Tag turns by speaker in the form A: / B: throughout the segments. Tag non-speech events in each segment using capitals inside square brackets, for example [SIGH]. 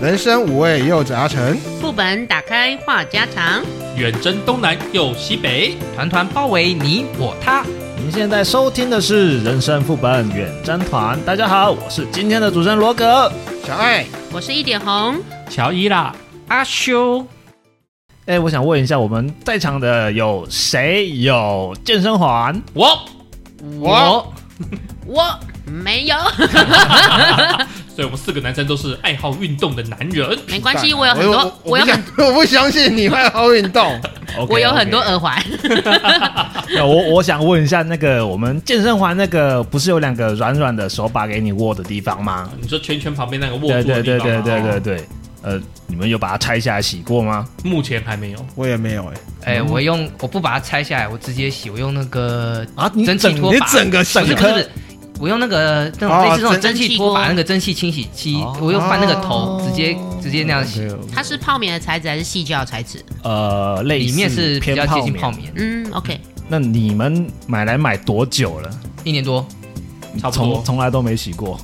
A: 人生五味又杂陈，
B: 副本打开话家常，
C: 远征东南又西北，
D: 团团包围你我他。
E: 您现在收听的是《人生副本远征团》，大家好，我是今天的主持人罗格。
A: 小爱，
B: 我是一点红，
C: 乔伊啦，
D: 阿修，
E: 哎，我想问一下，我们在场的有谁有健身环？
C: 我，
A: 我
B: 我没 [LAUGHS] 有，
C: 所以我们四个男生都是爱好运动的男人。
B: 没关系，我有很
C: 哎
B: 多，
A: 我
B: 我有
A: 不
B: 很，
A: 相，我不相信你会好运
C: [LAUGHS]
A: 动。
E: OK，
B: 我有很多呃
E: OK
B: 耳环，
E: 那 [LAUGHS] 我我想问一下，那个我们健身环那个不是有两个软软的手把给你握的地方吗？
C: 你说圈圈旁边那个握
E: 对
C: 住的地
E: 对对
C: 方
E: 对
C: 吗
E: 对对对。呃，你们有把它拆下来洗过吗？
C: 目前还没有。
A: 我也没有哎、
D: 哎、
E: 嗯
D: 我用我不把它拆下来，我直接洗，我用那个
E: 啊，你
D: 蒸汽拖
E: 你
D: 把，
E: 整个
C: 啊
D: 不
E: 整
D: 是
C: 哦
D: 不是不
E: 颗
D: 是，我用那个那种
A: 哦
D: 类似那种
B: 蒸
D: 蒸
B: 汽
D: 汽拖
B: 锅
D: 把，那个蒸汽清洗机，
E: 哦
D: 我用翻那个头，直接直接那样洗。
B: 它是泡棉的材质还是细胶的材质？
E: 呃，类似
D: 里面是比
E: 偏
D: 较接近
E: 棉
D: 泡棉，
B: 嗯，OK，
E: 那你们买来买多久了？
D: 一年多。
C: 差不多
E: 从从来都没洗过。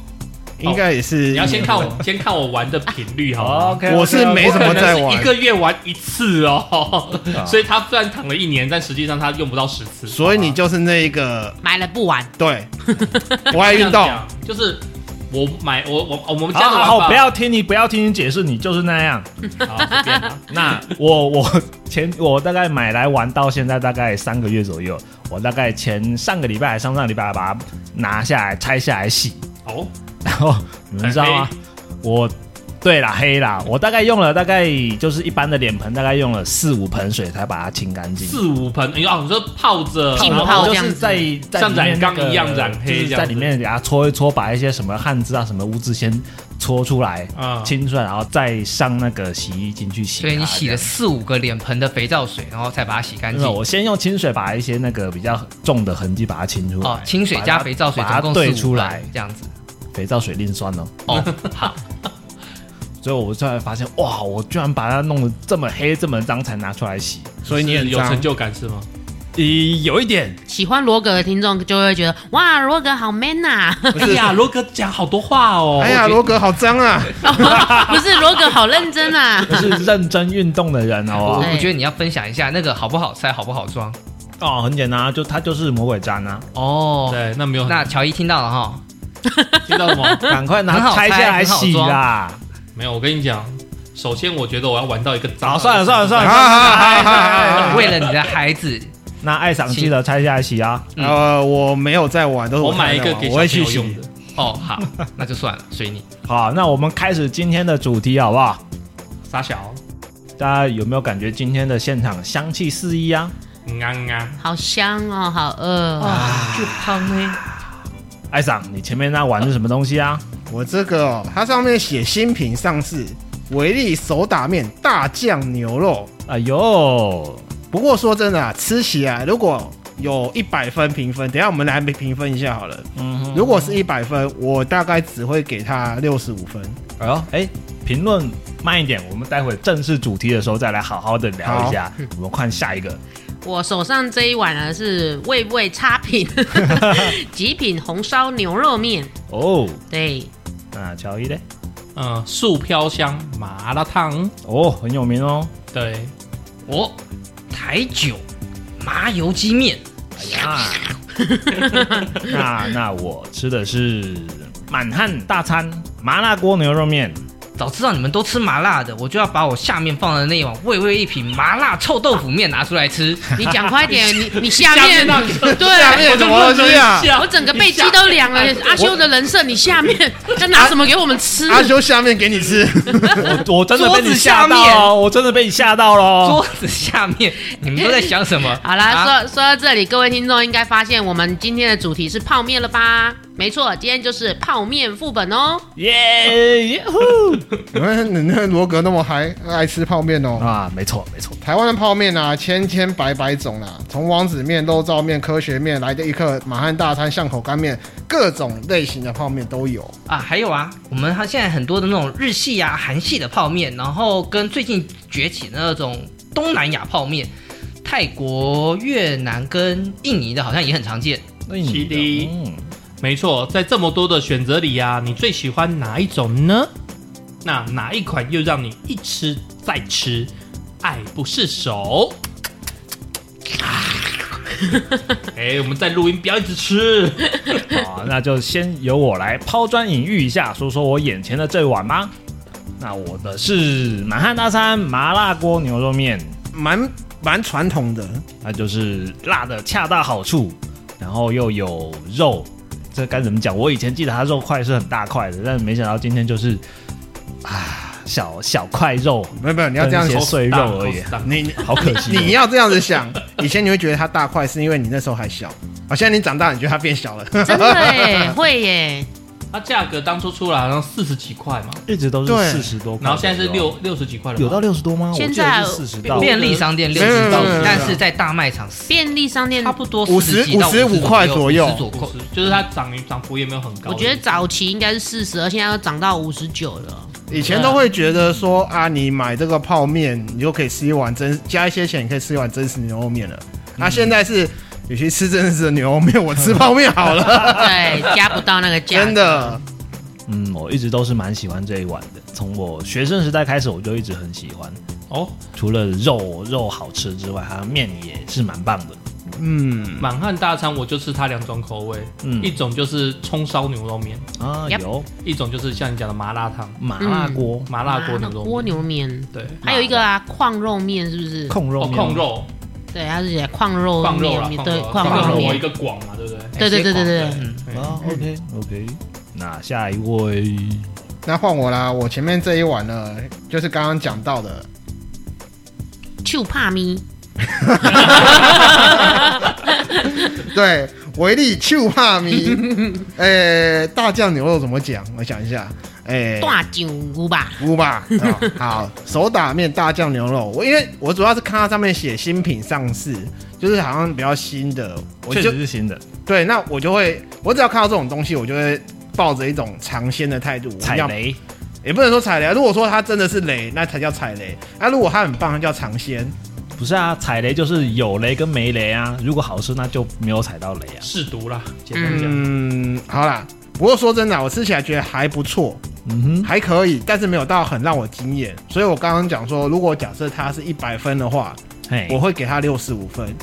A: 应该也是。
C: 你要先看我， [LAUGHS] 先看我玩的频率
E: 哦
C: 好吗？
A: 我是没什
C: 可
A: 么在
C: 能是一
A: 玩，
C: 个月玩一次哦，所以他虽然躺了一年，但实际上他用不到十次。
A: 所以你就是那一个
B: 买了不玩，
C: [LAUGHS]
A: 对，不爱运
C: 这
A: 动。
C: 样讲就是我买我我我们家
E: 好
C: 的
E: 好
C: 玩法
E: 好，不要听你，不要听你解释，你就是那样。
C: 好随便啊 [LAUGHS]
E: 那我我前我大概买来玩到现在大概三个月左右，我大概前上个礼拜还上上个礼拜把它拿下来拆下来洗，
C: 哦，
E: 然后你们知道吗
C: 很？
E: 我对啦黑啦，我大概用了大概就是一般的脸盆，大概用了四五盆水才把它清干净。
C: 四五盆，哎呦，啊你说泡着
B: 浸
E: 然
B: 泡
E: 后就
B: 这样
E: 是
B: 子
E: 在在
C: 像
E: 里面
C: 染缸
E: 那个
C: 一样染黑
E: 就是
C: 这样
E: 在
C: 子
E: 里面给它搓一搓，把一些什么汗渍啊、什么污渍先搓出来，
C: 啊，
E: 清出来，然后再上那个洗衣精去洗它。
D: 所以你洗
E: 这
D: 了
E: 样
D: 四五个脸盆的肥皂水，然后才把它洗干
E: 没
D: 净哦
E: 有，。我先用清水把一些那个比较重的痕迹把它清出来。
D: 哦，清水加肥皂水，
E: 把它
D: 总共
E: 兑
D: 四五
E: 出
D: 个
E: 来
D: 这样子。
E: 肥皂水另算哦。
D: 哦，
E: [LAUGHS] 所以我突然发现，哇，我居然把它弄得这么黑、这么脏才拿出来
D: [LAUGHS]
E: 洗。
A: 所以你
C: 是
A: 很
C: 有成
A: 脏，
C: 就感是吗？
E: 咦，有一点，
B: 喜欢罗格的听众就会觉得哇，罗格好 man 啊呐、
A: 不
C: 哎
A: 是？
C: 呀，罗哥讲好多话哦。
A: 哎呀，罗格好脏啊！
B: [LAUGHS] 不是罗格好认真啊， [LAUGHS]
E: 我是认真运动的人，哦好不
D: 我 [LAUGHS]
E: 好
B: 对？
D: 我觉得你要分享一下那个好不好拆，好不好装。
E: 哦，很简单啊，就它就是魔鬼粘
D: [LAUGHS]
E: 啊，
D: 哦，
C: 对，那没有
D: 那乔伊听到
E: [LAUGHS]
D: 了哈，
C: 听到什么？
E: 赶快拿
D: 很好
E: 它拆
D: 拆
E: 下来
D: 很好
E: 洗
D: 装
E: 啦。
C: 没有，我跟你讲，首先我觉得我要玩到一个脏。
E: 好，算了算了算
A: 啊
C: 哎
E: 了，
A: 啊啊
D: [LAUGHS] 为了你的孩子，
E: 那爱赏记得拆下来洗啊。
D: 嗯
A: 呃，我没有在玩，都是
C: 我
A: 太太
C: 买一个
A: 玩
C: 给小
A: 我
C: 朋
A: 会去
C: 友
A: 洗
C: 用。的。
B: [LAUGHS]
D: 哦，好，那就算了，随你。
E: 好，那我们开始今天的主题好不好？
C: 傻小，
E: 大家有没有感觉今天的现场香气四溢啊？
C: 嗯啊嗯啊，
B: 好香哦，好饿、哦。
D: 啊，就胖妹，
E: 爱赏，你前面那碗是什么东西啊？
A: 我这个哦，它上面写新品上市，维力手打面大酱牛肉。
E: 哎呦，
A: 不过说真的啊，吃起来如果有一百分评分，等一下我们来评分一下好了。
E: 嗯哼，
A: 如果是一百分，我大概只会给它六十五分。
E: 哎呦，哎，评论慢一点，我们待会正式主题的时候再来好好的聊一下。我们看下一个，
B: 我手上这一碗呢是味味差品， [LAUGHS] 极品红烧牛肉面。
E: 哦，
B: 对，
E: 那乔伊嘞？
C: 嗯，素飘香麻辣烫，
E: 哦，很有名哦。
C: 对，
D: 我台酒麻油鸡面，
E: 哎呀，那那我吃的是满汉大餐麻辣锅牛肉面。
D: 早知道你们都吃麻辣的，我就要把我下面放的那一碗味味一品麻辣臭豆腐面拿出来吃。
B: 你讲快点，你你下面
C: 下面那
A: 下
B: [LAUGHS] 对。
A: 面什么东西啊？
B: 我整个背肌都凉了，阿修的人设，你下面要拿什么给我们吃？
A: 阿修下面给你吃，
E: 我我真的被你吓
D: 桌子下
E: 到哦，我真的被你吓到哦喽。
D: 桌子下面，你们都在想什么
B: 哦 [LAUGHS]？
D: 啊
B: 好啦，说说到这里，各位听众应该发现我们今天的主题是泡面了吧？没错，今天就是泡面副本哦。
E: 耶耶呼！
A: 你看你嗯那罗格那么嗨，爱吃泡面哦。
E: 啊，没错没错，
A: 台湾的泡面啊，千千百百种啦、从王子面、肉燥面、科学面、来的一客、满汉大餐、巷口干面，各种类型的泡面都有。
D: 啊，还有啊，我们它现在很多的那种日系啊、韩系的泡面，然后跟最近崛起的那种东南亚泡面，泰国、越南跟印尼的好像也很常见。
E: 那你
C: 七滴
E: 嗯
C: 没错，在这么多的选择里啊，你最喜欢哪一种呢？那哪一款又让你一吃再吃，爱不释手？ [LAUGHS] 哎、我们在录音，不要一直吃。
E: [LAUGHS] 好，啊那就先由我来抛砖引玉一下，说说我眼前的这碗吧。那我的是满汉大餐麻辣锅牛肉面，
A: 蛮蛮传统的，
E: 它就是辣的恰到好处，然后又有肉，这该怎么讲？我以前记得它肉块是很大块的，但没想到今天就是啊小小块肉，
A: 没有没有，你要这样
E: 跟一些
A: 想，
E: 碎肉而已，
A: 你你
E: 好可惜哦。
A: 你要这样子想，以前你会觉得它大块，是因为你那时候还小，好、现在你长大，你觉得它变小了。 [LAUGHS]
B: 真的哎，会耶，
C: 它价格当初出来好像四十几块嘛，
E: 一直都
A: 对
E: 是四十多块，
C: 然后现在是，六六十几块了吧，
E: 哦有到六十多吗？
B: 现在
E: 我记得是四十
B: 哦
C: 我
E: 到
D: 便利商店六
A: 没有
D: 十
A: 没有
D: 到
B: 嗯
A: 没有没，有
D: 但是在大卖场
B: 便利商店
D: 差，不多
A: 50
D: 40到
A: 55块左右
D: 50左
C: 五
D: 右
C: 十，就是它涨涨幅也没有很高。
B: 我觉得早期应该是四十，而现在都涨到五十九了。
A: 以前都会觉得说啊，你买这个泡面，你就可以吃一碗真，加一些钱，你可以吃一碗真实牛肉面了。那、现在是，与其吃真实的牛肉面，我吃泡面好了，
B: [LAUGHS] 对，加不到那个价，
A: 真的。
E: 嗯，我一直都是蛮喜欢这一碗的，从我学生时代开始我就一直很喜欢。
C: 哦，
E: 除了肉肉好吃之外，它的面也是蛮棒的。
A: 嗯，
C: 满汉大餐我就吃它两种口味，
E: 嗯
C: 一种就是葱烧牛肉面，
E: 啊，
B: Yep
E: 有
C: 一种就是像你讲的麻辣烫、
E: 麻辣锅、
C: 麻辣锅牛
B: 麻辣
C: 肉
B: 锅
C: 面。
B: 牛面，
C: 对，
B: 还有一个啊，矿肉面是不是？
E: 控肉
C: 哦，
E: 面、
C: 控肉、
B: 对，它是写矿肉
C: 放肉啦
B: 哦面，，
C: 放
B: 对，
C: 肉
B: 矿
C: 放
B: 肉
C: 肉我一
B: 面，
C: 个广嘛，对不哎对？
B: 对对对对对，
D: 嗯，
E: 啊。OK OK，那下一位
A: 那换我啦，我前面这一碗呢，就是刚刚讲到的，
B: 就怕咪，
A: 对，维力秋帕米，呃、大酱牛肉怎么讲？我想一下，哎、
B: 大酱菇吧，
A: 五吧、啊
E: [LAUGHS]
A: 好，手打面大酱牛肉，我因为我主要是看它上面写新品上市，就是好像比较新的，我
E: 确
A: 就
E: 实是新的
A: 对，那我就会，我只要看到这种东西，我就会抱着一种尝鲜的态度，我一定
E: 踩
A: 要，
E: 雷，
A: 也不能说踩雷啊。如果说它真的是雷，那才叫踩雷；那、如果它很棒，那叫尝鲜。
E: 不是啊，踩雷就是有雷跟没雷啊。如果好吃，那就没有踩到雷啊。
C: 试毒啦，简单讲。
A: 嗯，好啦。不过说真的啊，我吃起来觉得还不错，
E: 嗯哼，
A: 还可以，但是没有到很让我惊艳。所以我刚刚讲说，如果假设它是一百分的话，
E: 嘿，
A: 我会给它六十五分。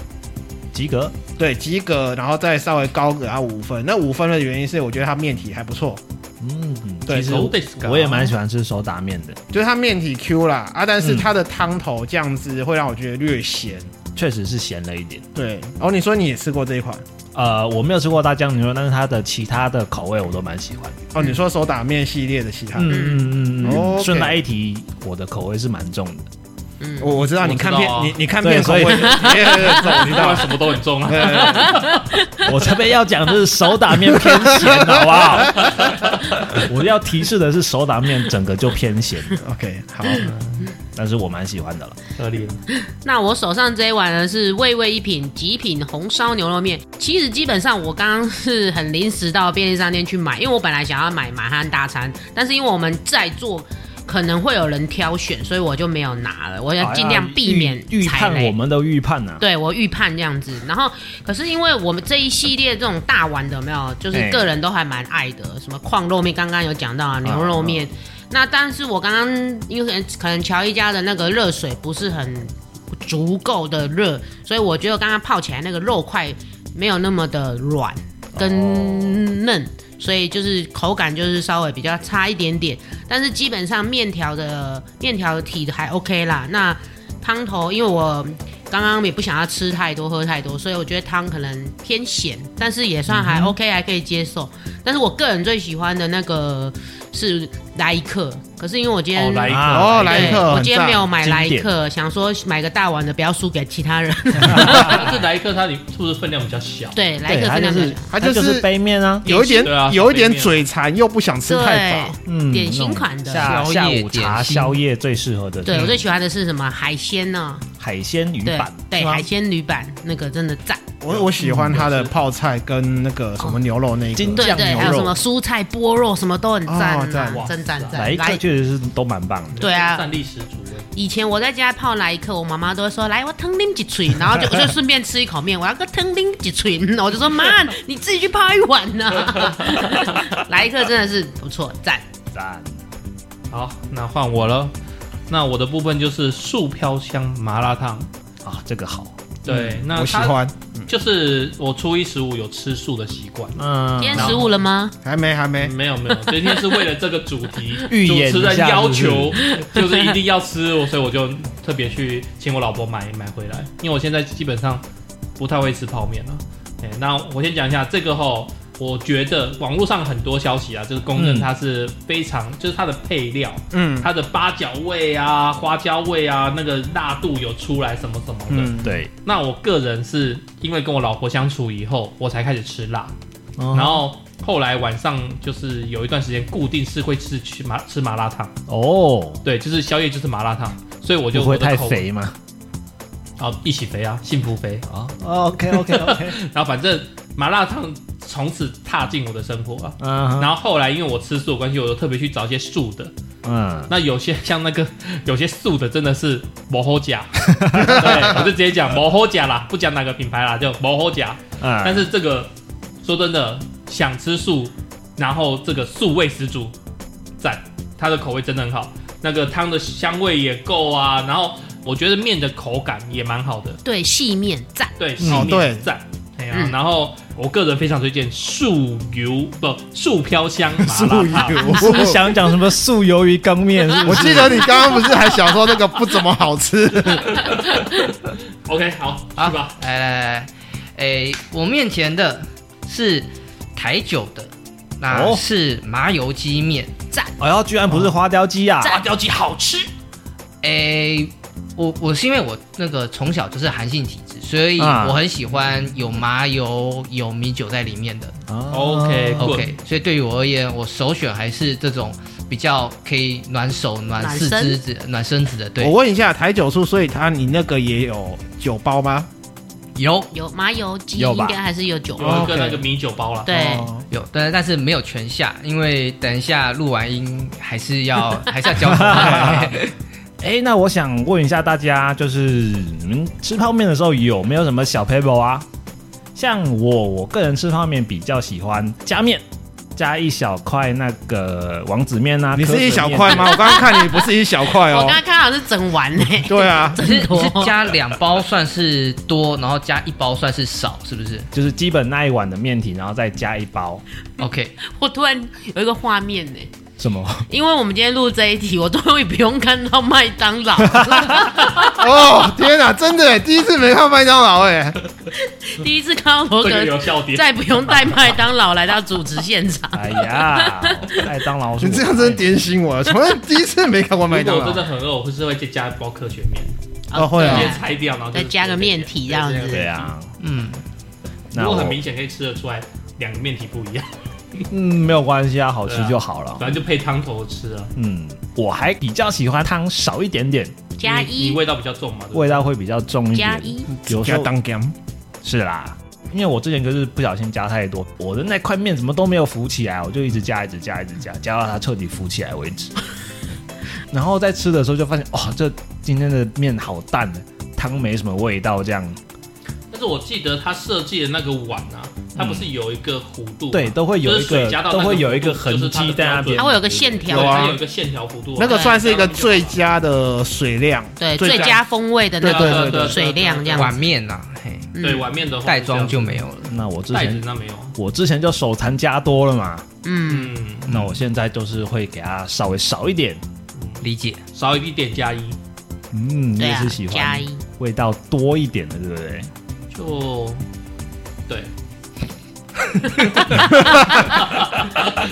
E: 及格。
A: 对，及格，然后再稍微高给它五分。那五分的原因是，我觉得它面体还不错，
E: 嗯，
A: 对
E: 其实
C: 手得是干
E: 我也蛮喜欢吃手打面的，
A: 就是它面体 Q 啦啊，但是它的汤头酱汁会让我觉得略咸。
E: 确实是咸了一点。
A: 对，哦，你说你也吃过这一款
E: 呃，我没有吃过大酱牛肉，但是它的其他的口味我都蛮喜欢的。
A: 哦？你说手打面系列的其他，
E: 嗯嗯嗯嗯。
A: OK
E: 顺带一提，我的口味是蛮重的。
B: 嗯，
A: 我我知道
C: 我
A: 你看
C: 知道
A: 片，
C: 啊
A: 你你看
E: 对
A: 片口
E: 所以
A: 味，对对对走
C: 你当然什么都很重啊，
A: 对对对
E: 我这边要讲的是手打面偏咸，好不好？ [LAUGHS] 我要提示的是手打面整个就偏咸，
A: 对 OK，好，
E: 但是我蛮喜欢的了。
C: 合
E: [LAUGHS]
C: 理了。
B: 那我手上这一碗呢是味味一品极品红烧牛肉面。其实基本上我刚刚是很临时到便利商店去买，因为我本来想要买满汉大餐，但是因为我们在座可能会有人挑选，所以我就没有拿了。我要尽量避免
E: 哎预预
B: 踩
E: 判，
B: 雷。
E: 我们都预判呐、啊。
B: 对我预判这样子，然后可是因为我们这一系列这种大碗的有没有，就是
E: 哎
B: 个人都还蛮爱的，什么矿肉面刚刚有讲到啊，牛肉面。那但是我刚刚因为可能可能乔伊家的那个热水不是很足够的热，所以我觉得刚刚泡起来那个肉块没有那么的软跟嫩。所以就是口感就是稍微比较差一点点，但是基本上面条的面条体还 OK 啦。那汤头，因为我刚刚也不想要吃太多、喝太多，所以我觉得汤可能偏咸，但是也算
E: 嗯
B: 还 OK，、还可啊以接受。但是我个人最喜欢的那个是来一克，可是因为我今天、
C: 哦来一克
E: 啊
A: 哦来一
B: 对
A: 克很
B: 我今天
A: 赞
B: 没有买来一
E: 经
B: 克，想说买个大碗的，不要输给其他人。
C: 这来一克它里是不是分量比较小？
B: 对，来一
E: 对，
B: 克
E: 它
B: 分
E: 就
B: 量
E: 是嗯
A: 它就
E: 就是是杯面啊，
A: 有一点
C: 对啊
A: 有一点
C: 随
A: 嘴
C: 便
A: 馋，又不想吃太
B: 对
A: 饱。，
E: 嗯，
B: 典型款的
E: 那种下
D: 宵夜
E: 下午茶
D: 点心
E: 宵夜最适合的，
B: 对我
E: 嗯
B: 最喜欢的是什么海鲜呢？
E: 海鲜鱼
B: 对
E: 板，
B: 对，
E: 是吗
B: 海鲜铝板那个真的赞。
A: 我我喜欢它的泡菜跟那个什么牛肉那一
E: 金
A: 个，
B: 对
E: 酱
B: 对，
E: 牛
B: 还有什
E: 肉
B: 么蔬菜剥肉什么都很赞、
A: 哦赞
B: 啊，真赞赞。
E: 来一个确实是都蛮棒的。
B: 对啊
C: 战力十足哎。
B: 以前我在家泡来一克，我妈妈都会说：“来，我汤拎几锤。”然后就我
E: [LAUGHS]
B: 就顺便吃一口面，我要个汤拎几锤。我就说：“妈，你自己去啊
E: [LAUGHS]
B: 泡一碗呐、来一克真的是不错，赞。
E: 赞
C: 好，那换我了。那我的部分就是素飘香麻辣烫。
E: 啊，这个好，
C: 对，那
A: 我喜
C: 它
A: 欢，
C: 就是我初一十五有吃素的习惯。
E: 嗯，
B: 今天十五了吗？
A: 还没还没，
C: 没有没有，今天是为了这个主题
E: [LAUGHS] 预演一下
C: 主持人要求 [LAUGHS] 就是一定要吃，我所以我就特别去请我老婆买买回来，因为我现在基本上不太会吃泡面了。哎、那我先讲一下这个吼，我觉得网络上很多消息啊，就是公认
E: 嗯
C: 它是非常，就是它的配料，
A: 嗯
C: 它的八角味啊、花椒味啊，那个辣度有出来什么什么的。
A: 嗯，
E: 对，
C: 那我个人是因为跟我老婆相处以后，我才开始吃辣，
E: 然
C: 然后后来晚上就是有一段时间固定是会吃吃麻吃麻辣烫，
E: 哦，
C: 对，就是宵夜就是麻辣烫，所以我就
E: 不会
C: 我的
E: 太
C: 口
E: 肥嘛？
C: 啊，一起肥啊，幸福肥。
E: 啊，OK OK OK，
C: 然后反正麻辣烫从此踏进我的生活啊。
E: [LAUGHS] 嗯
C: 然后后来因为我吃素的关系，我有特别去找一些素的。
E: 嗯，
C: 那有些像那个 [LAUGHS] 有些素的真的
E: [LAUGHS]
C: 是摩吼甲，对，我就直接讲摩吼甲啦，不讲哪个品牌啦，就摩吼甲。但
E: 但
C: 是这个说真的，想吃素，然后这个素味十足，赞，它的口味真的很好，那个汤的香味也够啊，然后我觉得面的口感也蛮好的，
B: 对，细面赞。
C: 对，细
A: 嗯哦对
C: 面赞。哎呀
B: 嗯
C: 然后我个人非常推荐素油不素飘香
A: [LAUGHS]
C: 麻辣 [LAUGHS] 烫，
E: 是不是想讲什么素鱿鱼羹 [LAUGHS] 面？是不
A: 我
E: 是
A: 记得你刚刚不是还想说那个不怎么好 [LAUGHS] 吃？
C: OK，好，去
D: 好
C: 吧。
D: 啊来来来来，诶、我面前的是台酒的，那
E: 哦
D: 是麻油鸡面。
E: 哎呦，居然不是花雕鸡啊！
C: 辣椒鸡好吃，
D: 诶、哎我我是因为我那个从小就是韩信体质，所以
E: 啊
D: 我很喜欢有麻油有米酒在里面的。
C: OK，
E: 哦
D: OK，所以对于我而言，我首选还是这种比较可以暖手、暖四肢子、暖身子的。对
A: 我，问一下台酒醋，所以它你那个也有酒包吗？
D: 有
B: 有麻油鸡，
E: 有啊吧
B: 应该还是有酒吧。
C: 有一个
A: OK
C: 那个米酒包啦。
B: 对，
A: 哦
D: 有，但但是没有全下，因为等一下录完音还是
B: [LAUGHS]
D: 要还是要交朋
B: 啊
D: 友。
E: 哎，那我想问一下大家，就是你们吃泡面的时候有没有什么小 paper 啊？像我，我个人吃泡面比较喜欢加面，加一小块那个王子面啊。
A: 你
E: 柯
A: 是
E: 子
A: 一小
E: 面
A: 块吗？我刚刚看你不是一小块 [LAUGHS]
E: 哎
B: 我
A: 哦
B: 刚。刚看到是整欸完呢、 [LAUGHS]
A: 对啊，
D: 你
B: 真
D: 是你是
E: [LAUGHS]
B: 多。
D: 加两包算是多，然后加一包算是少，是不是
E: 就是基本那一碗的面体，然后再加一包
D: ？OK，
B: 我突然有一个画面欸呢、
E: 什么？
B: 因为我们今天录这一题，我终于不用看到麦当劳了，
A: [LAUGHS] 哦天哪，真的耶，第一次没看麦当劳 [LAUGHS] 哎，
B: 第一次看到罗
C: 这个有
B: 格
C: 笑点。
B: 再不用带麦当劳来到主持现场。
E: 哎呀，麦当劳是
A: 你
E: 我
A: 这样真点醒我了，从来第一次没看过麦
C: 如
A: 当
C: 果我真
A: 劳。
C: 的很饿，我是会再加一包科学面，
A: 哦会啊
C: 直
B: 对
C: 接拆掉，然后就
B: 再加个面体这样子
C: 对
E: 对啊，
D: 嗯，
E: 那
C: 如
E: 我
C: 果很明显可以吃得出来，两个面体不一样， [LAUGHS]
E: 嗯没有关系啊，好吃就好了。
C: 反正就配汤头吃啊。
E: 嗯，我还比较喜欢汤少一点点，
B: 加
C: 你你
B: 一
C: 味道比较重嘛，对不
E: 味道会比较重一
B: 加
E: 点。
B: 一，
E: 有时
A: 加
E: 候
A: 当 game，
E: 是啦，因为我之前就是不小心加太多，我的那块面怎么都没有浮起来，我就一直加，一直加，一直加，加到它彻底浮起来为止。 [LAUGHS] 然后在吃的时候就发现，哇、这今天的面好淡呢，汤没什么味道，这样
C: 对但是我记得他设计的那个碗啊，它不是有一个弧度吗，
E: 嗯对，都会有
C: 就
E: 一
C: 是水
E: 个
C: 加到那
E: 都
C: 个
E: 会有一个
C: 弧度
E: 痕迹在那边，
B: 它会有个线
C: 就是它
A: 啊
B: 条
C: 的标准对，它有一个线条弧度啊。
A: 那个算是一个最佳的水量，
B: 对，最佳风味的那
A: 对对
B: 个
A: 对对
B: 水量这样
D: 碗
B: 子。
D: 面呐、啊，嘿，
B: 嗯
C: 对，碗面的话
D: 袋装就没有了。
E: 那我之
C: 袋子
E: 前
C: 那没有，
E: 我之前就手残加多了嘛，
B: 嗯，
C: 嗯，
E: 那我现在就是会给它稍微少一点。
D: 理解，
C: 少一点加一，
E: 嗯，你
B: 对
E: 也
B: 啊
E: 是喜，
B: 加
E: 欢
B: 一。
E: 味道多一点的，对不对？
C: 就对。
E: [LAUGHS]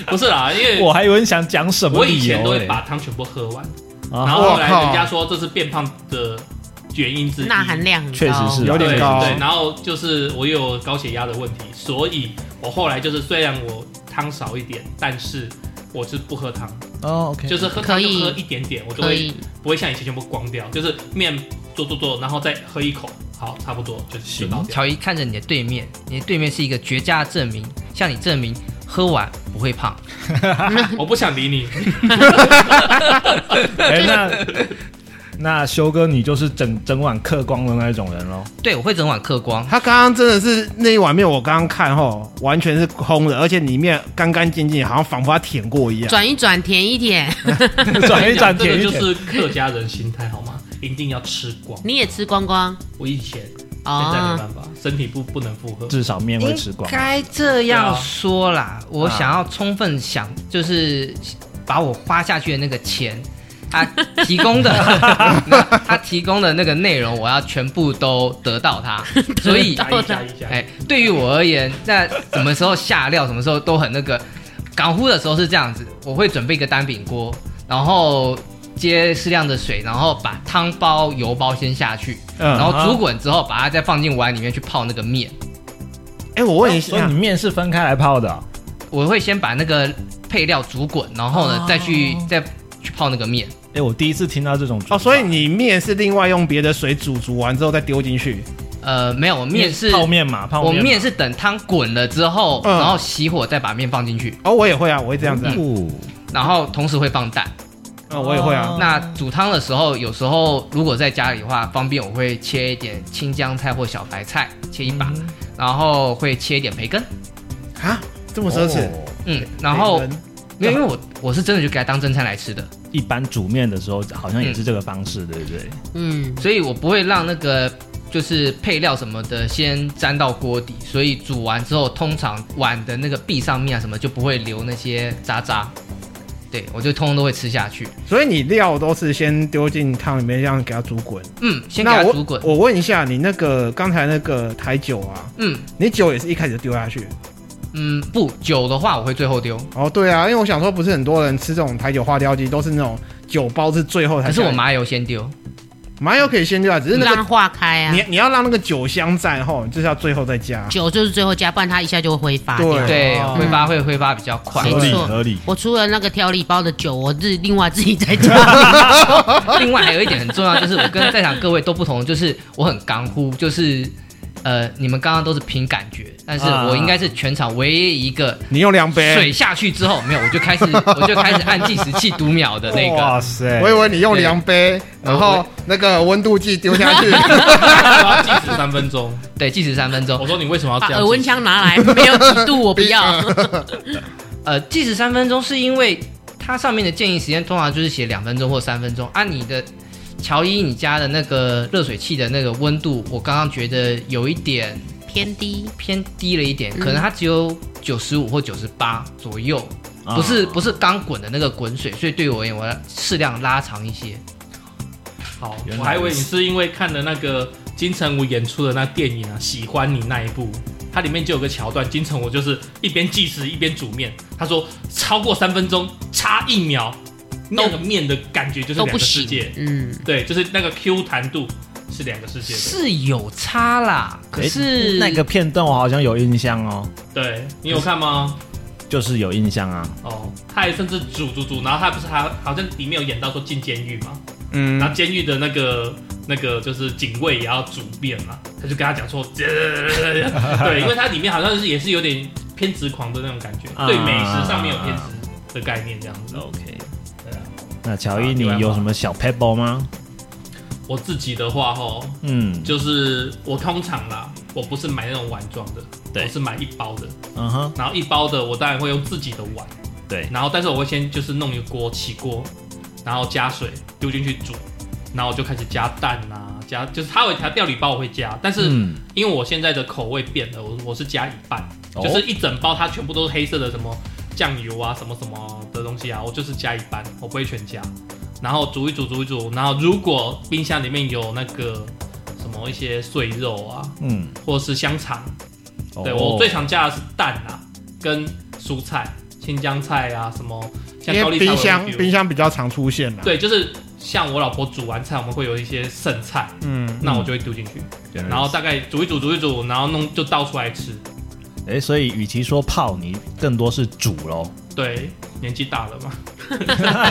C: 不是啦，因为
E: 我还以为你想讲什么
C: 我以
E: 理
C: 前都
E: 由
C: 会
E: 欸嘞、
C: 把汤全部喝完，
E: 啊
C: 然后后来
A: 我靠
C: 人家说这是变胖的原因之一，
B: 钠含量很高
E: 确实是
A: 有
C: 对
A: 点高
C: 对，然后就是我也有高血压的问题，所以我后来就是虽然我汤少一点，但是我是不喝汤，
E: 哦，OK，
C: 就是喝
B: 可
C: 汤就
B: 以
C: 喝一点点，我就
B: 可
C: 会
B: 以，
C: 不会像以前全部光掉，就是面做做做，然后再喝一口，好，差不多就就
E: 行
C: 到这样。
D: 乔伊看着你的对面，你的对面是一个绝佳的证明，向你证明喝完不会胖。
C: 我不想理你，
E: 哎、那 [LAUGHS] 那修哥，你就是整整碗嗑光的那一种人 [LAUGHS] 喽。
D: 对，我会整碗嗑光。
A: 他刚刚真的是那一碗面，我刚刚看吼，完全是空的，而且里面干干净净，好像仿佛他舔过一样。
B: 转一转，舔一舔，
E: 转一转，
C: 这个
E: 舔一
C: 就
E: 舔。
C: 是客家人心态好吗？一定要吃光。
B: [LAUGHS] 你也吃光光
C: 我以前，现在没
B: 哦。
C: 办法，身体不不能负荷。
E: 至少面会吃光啊
D: 应。该这样说啦，我想要充分想，就是把我花下去的那个钱，他提
E: [LAUGHS]
D: 供的，那他提供的那个内容，我要全部都得到他。所以，
C: 加一加一加一，
D: 哎，对于我而言，那什么时候下料，什么时候都很那个。港呼的时候是这样子，我会准备一个单饼锅，然后接适量的水，然后把汤包、油包先下去，
E: 嗯
D: 然后煮滚之后，把它再放进碗里面去泡那个面。
A: 哎，我问一
E: 哦所以
A: 下
E: 你，面是分开来泡的哦、
D: 我会先把那个配料煮滚，然后呢、
E: 哦
D: 再去再去泡那个面。
E: 哎、我第一次听到这种煮法
A: 哦，所以你面是另外用别的水煮，煮完之后再丢进去。
D: 呃，没有，我面是
E: 泡面嘛，泡
D: 我
E: 面嘛。
D: 面是等汤滚了之后，
A: 嗯
D: 然后熄火再把面放进去，
A: 哦，我也会啊，我会这样子
D: 嗯
A: 啊。
E: 哦，
D: 然后同时会放蛋。
A: 嗯，我也会啊。
D: 那煮汤的时候，有时候如果在家里的话，方便我会切一点青江菜或小白菜，切一把，
C: 嗯
D: 然后会切一点培根，
A: 啊，这么奢侈。
E: 哦
D: 嗯，然后
A: 每人
D: 没有，因为我我是真的就给它当正餐来吃的，
E: 一般煮面的时候好像也是这个方式，对不对？
B: 嗯，
D: 所以我不会让那个就是配料什么的先沾到锅底，所以煮完之后，通常碗的那个壁上面啊什么就不会留那些渣渣。对，我就通通都会吃下去。
A: 所以你料都是先丢进汤里面，这样给它煮滚。
D: 嗯，先给
A: 那
D: 它
A: 我
D: 煮滚。
A: 我问一下，你那个刚才那个台酒啊，
D: 嗯
A: 你酒也是一开始就丢下去？
D: 嗯，不酒的话我会最后丢，
A: 哦，对啊，因为我想说，不是很多人吃这种台酒花雕鸡，都是那种酒包是最后才
D: 可
A: 下去。
D: 是我麻油先丢。
A: 麻油可以先丢啊，只是那
B: 让它
A: 个
B: 化开啊
A: 你。你要让那个酒香在后，就是要最后再加。
B: 酒就是最后加，不然它一下就会挥发掉。
D: 对，
A: 哦
D: 挥发会挥发比较快。
B: 没错
E: 理。
B: 我除了那个调理包的酒，我自己另外自己再加。
D: 另外还有一点很重要，就是我跟在场各位都不同，就是我很刚乎，就是呃，你们刚刚都是凭感觉，但是
E: 啊
D: 我应该是全场唯一一个
A: 你用量
D: [LAUGHS] 水
A: 杯，
D: 下去之后，没有，我就 [LAUGHS] 开始我就开始按计时器读秒的那
E: 哇
D: 个。
E: 塞！
A: 我以为你用量杯，
D: 对
A: 然后那个温度计丢下去。
C: 我要禁止三分钟。
D: 对，计时三分
C: 我
D: 钟。
C: 说你为什么要
B: 把
C: 哦这样？啊
B: 耳温枪拿来，没有几度我不要。
C: [LAUGHS]
D: 呃，计时三分钟是因为它上面的建议时间通常就是写两分钟或三分钟。按、你的乔伊你家的那个热水器的那个温度，我刚刚觉得有一点
B: 偏低，
D: 偏低了一点，可能它只有九十五或九十八左右，
E: 啊
D: 不是不是刚滚的那个滚水，所以对我而言，我要适量拉长一些。
C: 好，
E: 原来
C: 我还以为你是因为看了那个金城武演出的那电影啊，喜欢你那一部，它里面就有个桥段，金城武就是一边计时一边煮面，他说超过三分钟，差一秒，那个面的感觉就是
B: 都不
C: 两个世
B: 行
C: 界，。
B: 嗯，
C: 对，就是那个 Q 弹度是两个世界的。
D: 是有差啦，可
E: 诶
D: 是、
E: 那个片段我好像有印象哦，
C: 对你有看吗？
E: 就是有印象啊。
C: 哦，他还甚至煮煮煮，然后他不是还好像里面有演到说进监狱嘛，
A: 嗯
C: 然，后监狱的那个那个就是警卫也要煮面嘛，他就跟他讲
E: [LAUGHS]
C: 说，对，因为它里面好像是也是有点偏执狂的那种感觉，
E: 啊哦
C: 对美食上面有偏执的概念这样子。
E: OK，
C: 对啊，
E: 那乔伊，你有什么小 pebble 吗？
C: 我自己的话吼，
E: 嗯，
C: 就是我通常啦，我不是买那种碗装的，
E: 对
C: 我是买一包的，
E: 嗯哼，
C: 然后一包的我当然会用自己的碗，
E: 对，
C: 然后但是我会先就是弄一个锅起锅，然后加水丢进去煮，然后我就开始加蛋啊，加就是它有一条料理包我会加，但是
E: 嗯，
C: 因为我现在的口味变了，我我是加一半，
E: 哦
C: 就是一整包它全部都是黑色的什么酱油啊什么什么的东西啊，我就是加一半，我不会全加。然后煮一煮，煮一煮，然后如果冰箱里面有那个什么一些碎肉啊，
E: 嗯，
C: 或是香肠，对
E: 哦
C: 我最常加的是蛋啊，跟蔬菜、青江菜啊什么，像
A: 因
C: 高
A: 为
C: 丽菜
A: 冰箱
C: barbecue
A: 冰箱比较常出现啦。，
C: 对，就是像我老婆煮完菜，我们会有一些剩菜，
A: 嗯，
C: 那我就会丢进去，
E: 原来
C: 然后大概煮一煮，煮一煮，然后弄就倒出来吃。
E: 哎，所以与其说泡，你更多是煮喽。
C: 对，年纪大了嘛。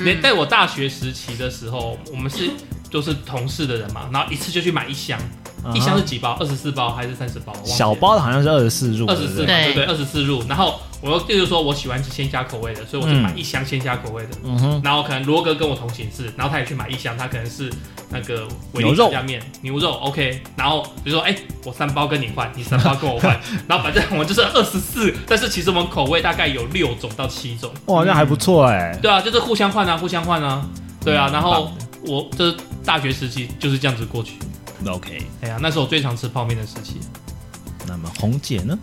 C: 连在我大学时期的时候，我们是就是同事的人嘛，然后一次就去买一箱，
E: 嗯哼
C: 一箱是几包？二十四包还是三十包？我忘记了
E: 小包的好像是二十四入，
C: 二十四，
E: 对不对
C: 对对，二十四入。然后我例如说我喜欢吃鲜虾口味的，所以我就买
E: 嗯
C: 一箱鲜虾口味的。
E: 嗯哼，
C: 然后可能罗哥跟我同寝室，然后他也去买一箱，他可能是那个维力
E: 牛肉
C: 炸酱面牛肉，OK。然后比如说，哎、我三包跟你换，你三包跟我换，然后反正我们就是二十四，但是其实我们口味大概有六种到七种，
E: 哇，那还不错哎、
C: 对啊，就是互相换啊，互相换啊，对啊。
E: 嗯
C: 然后我这、就是大学时期就是这样子过去，
E: OK，
C: 哎呀，那是我最常吃泡面的时期。
E: 那么红姐呢？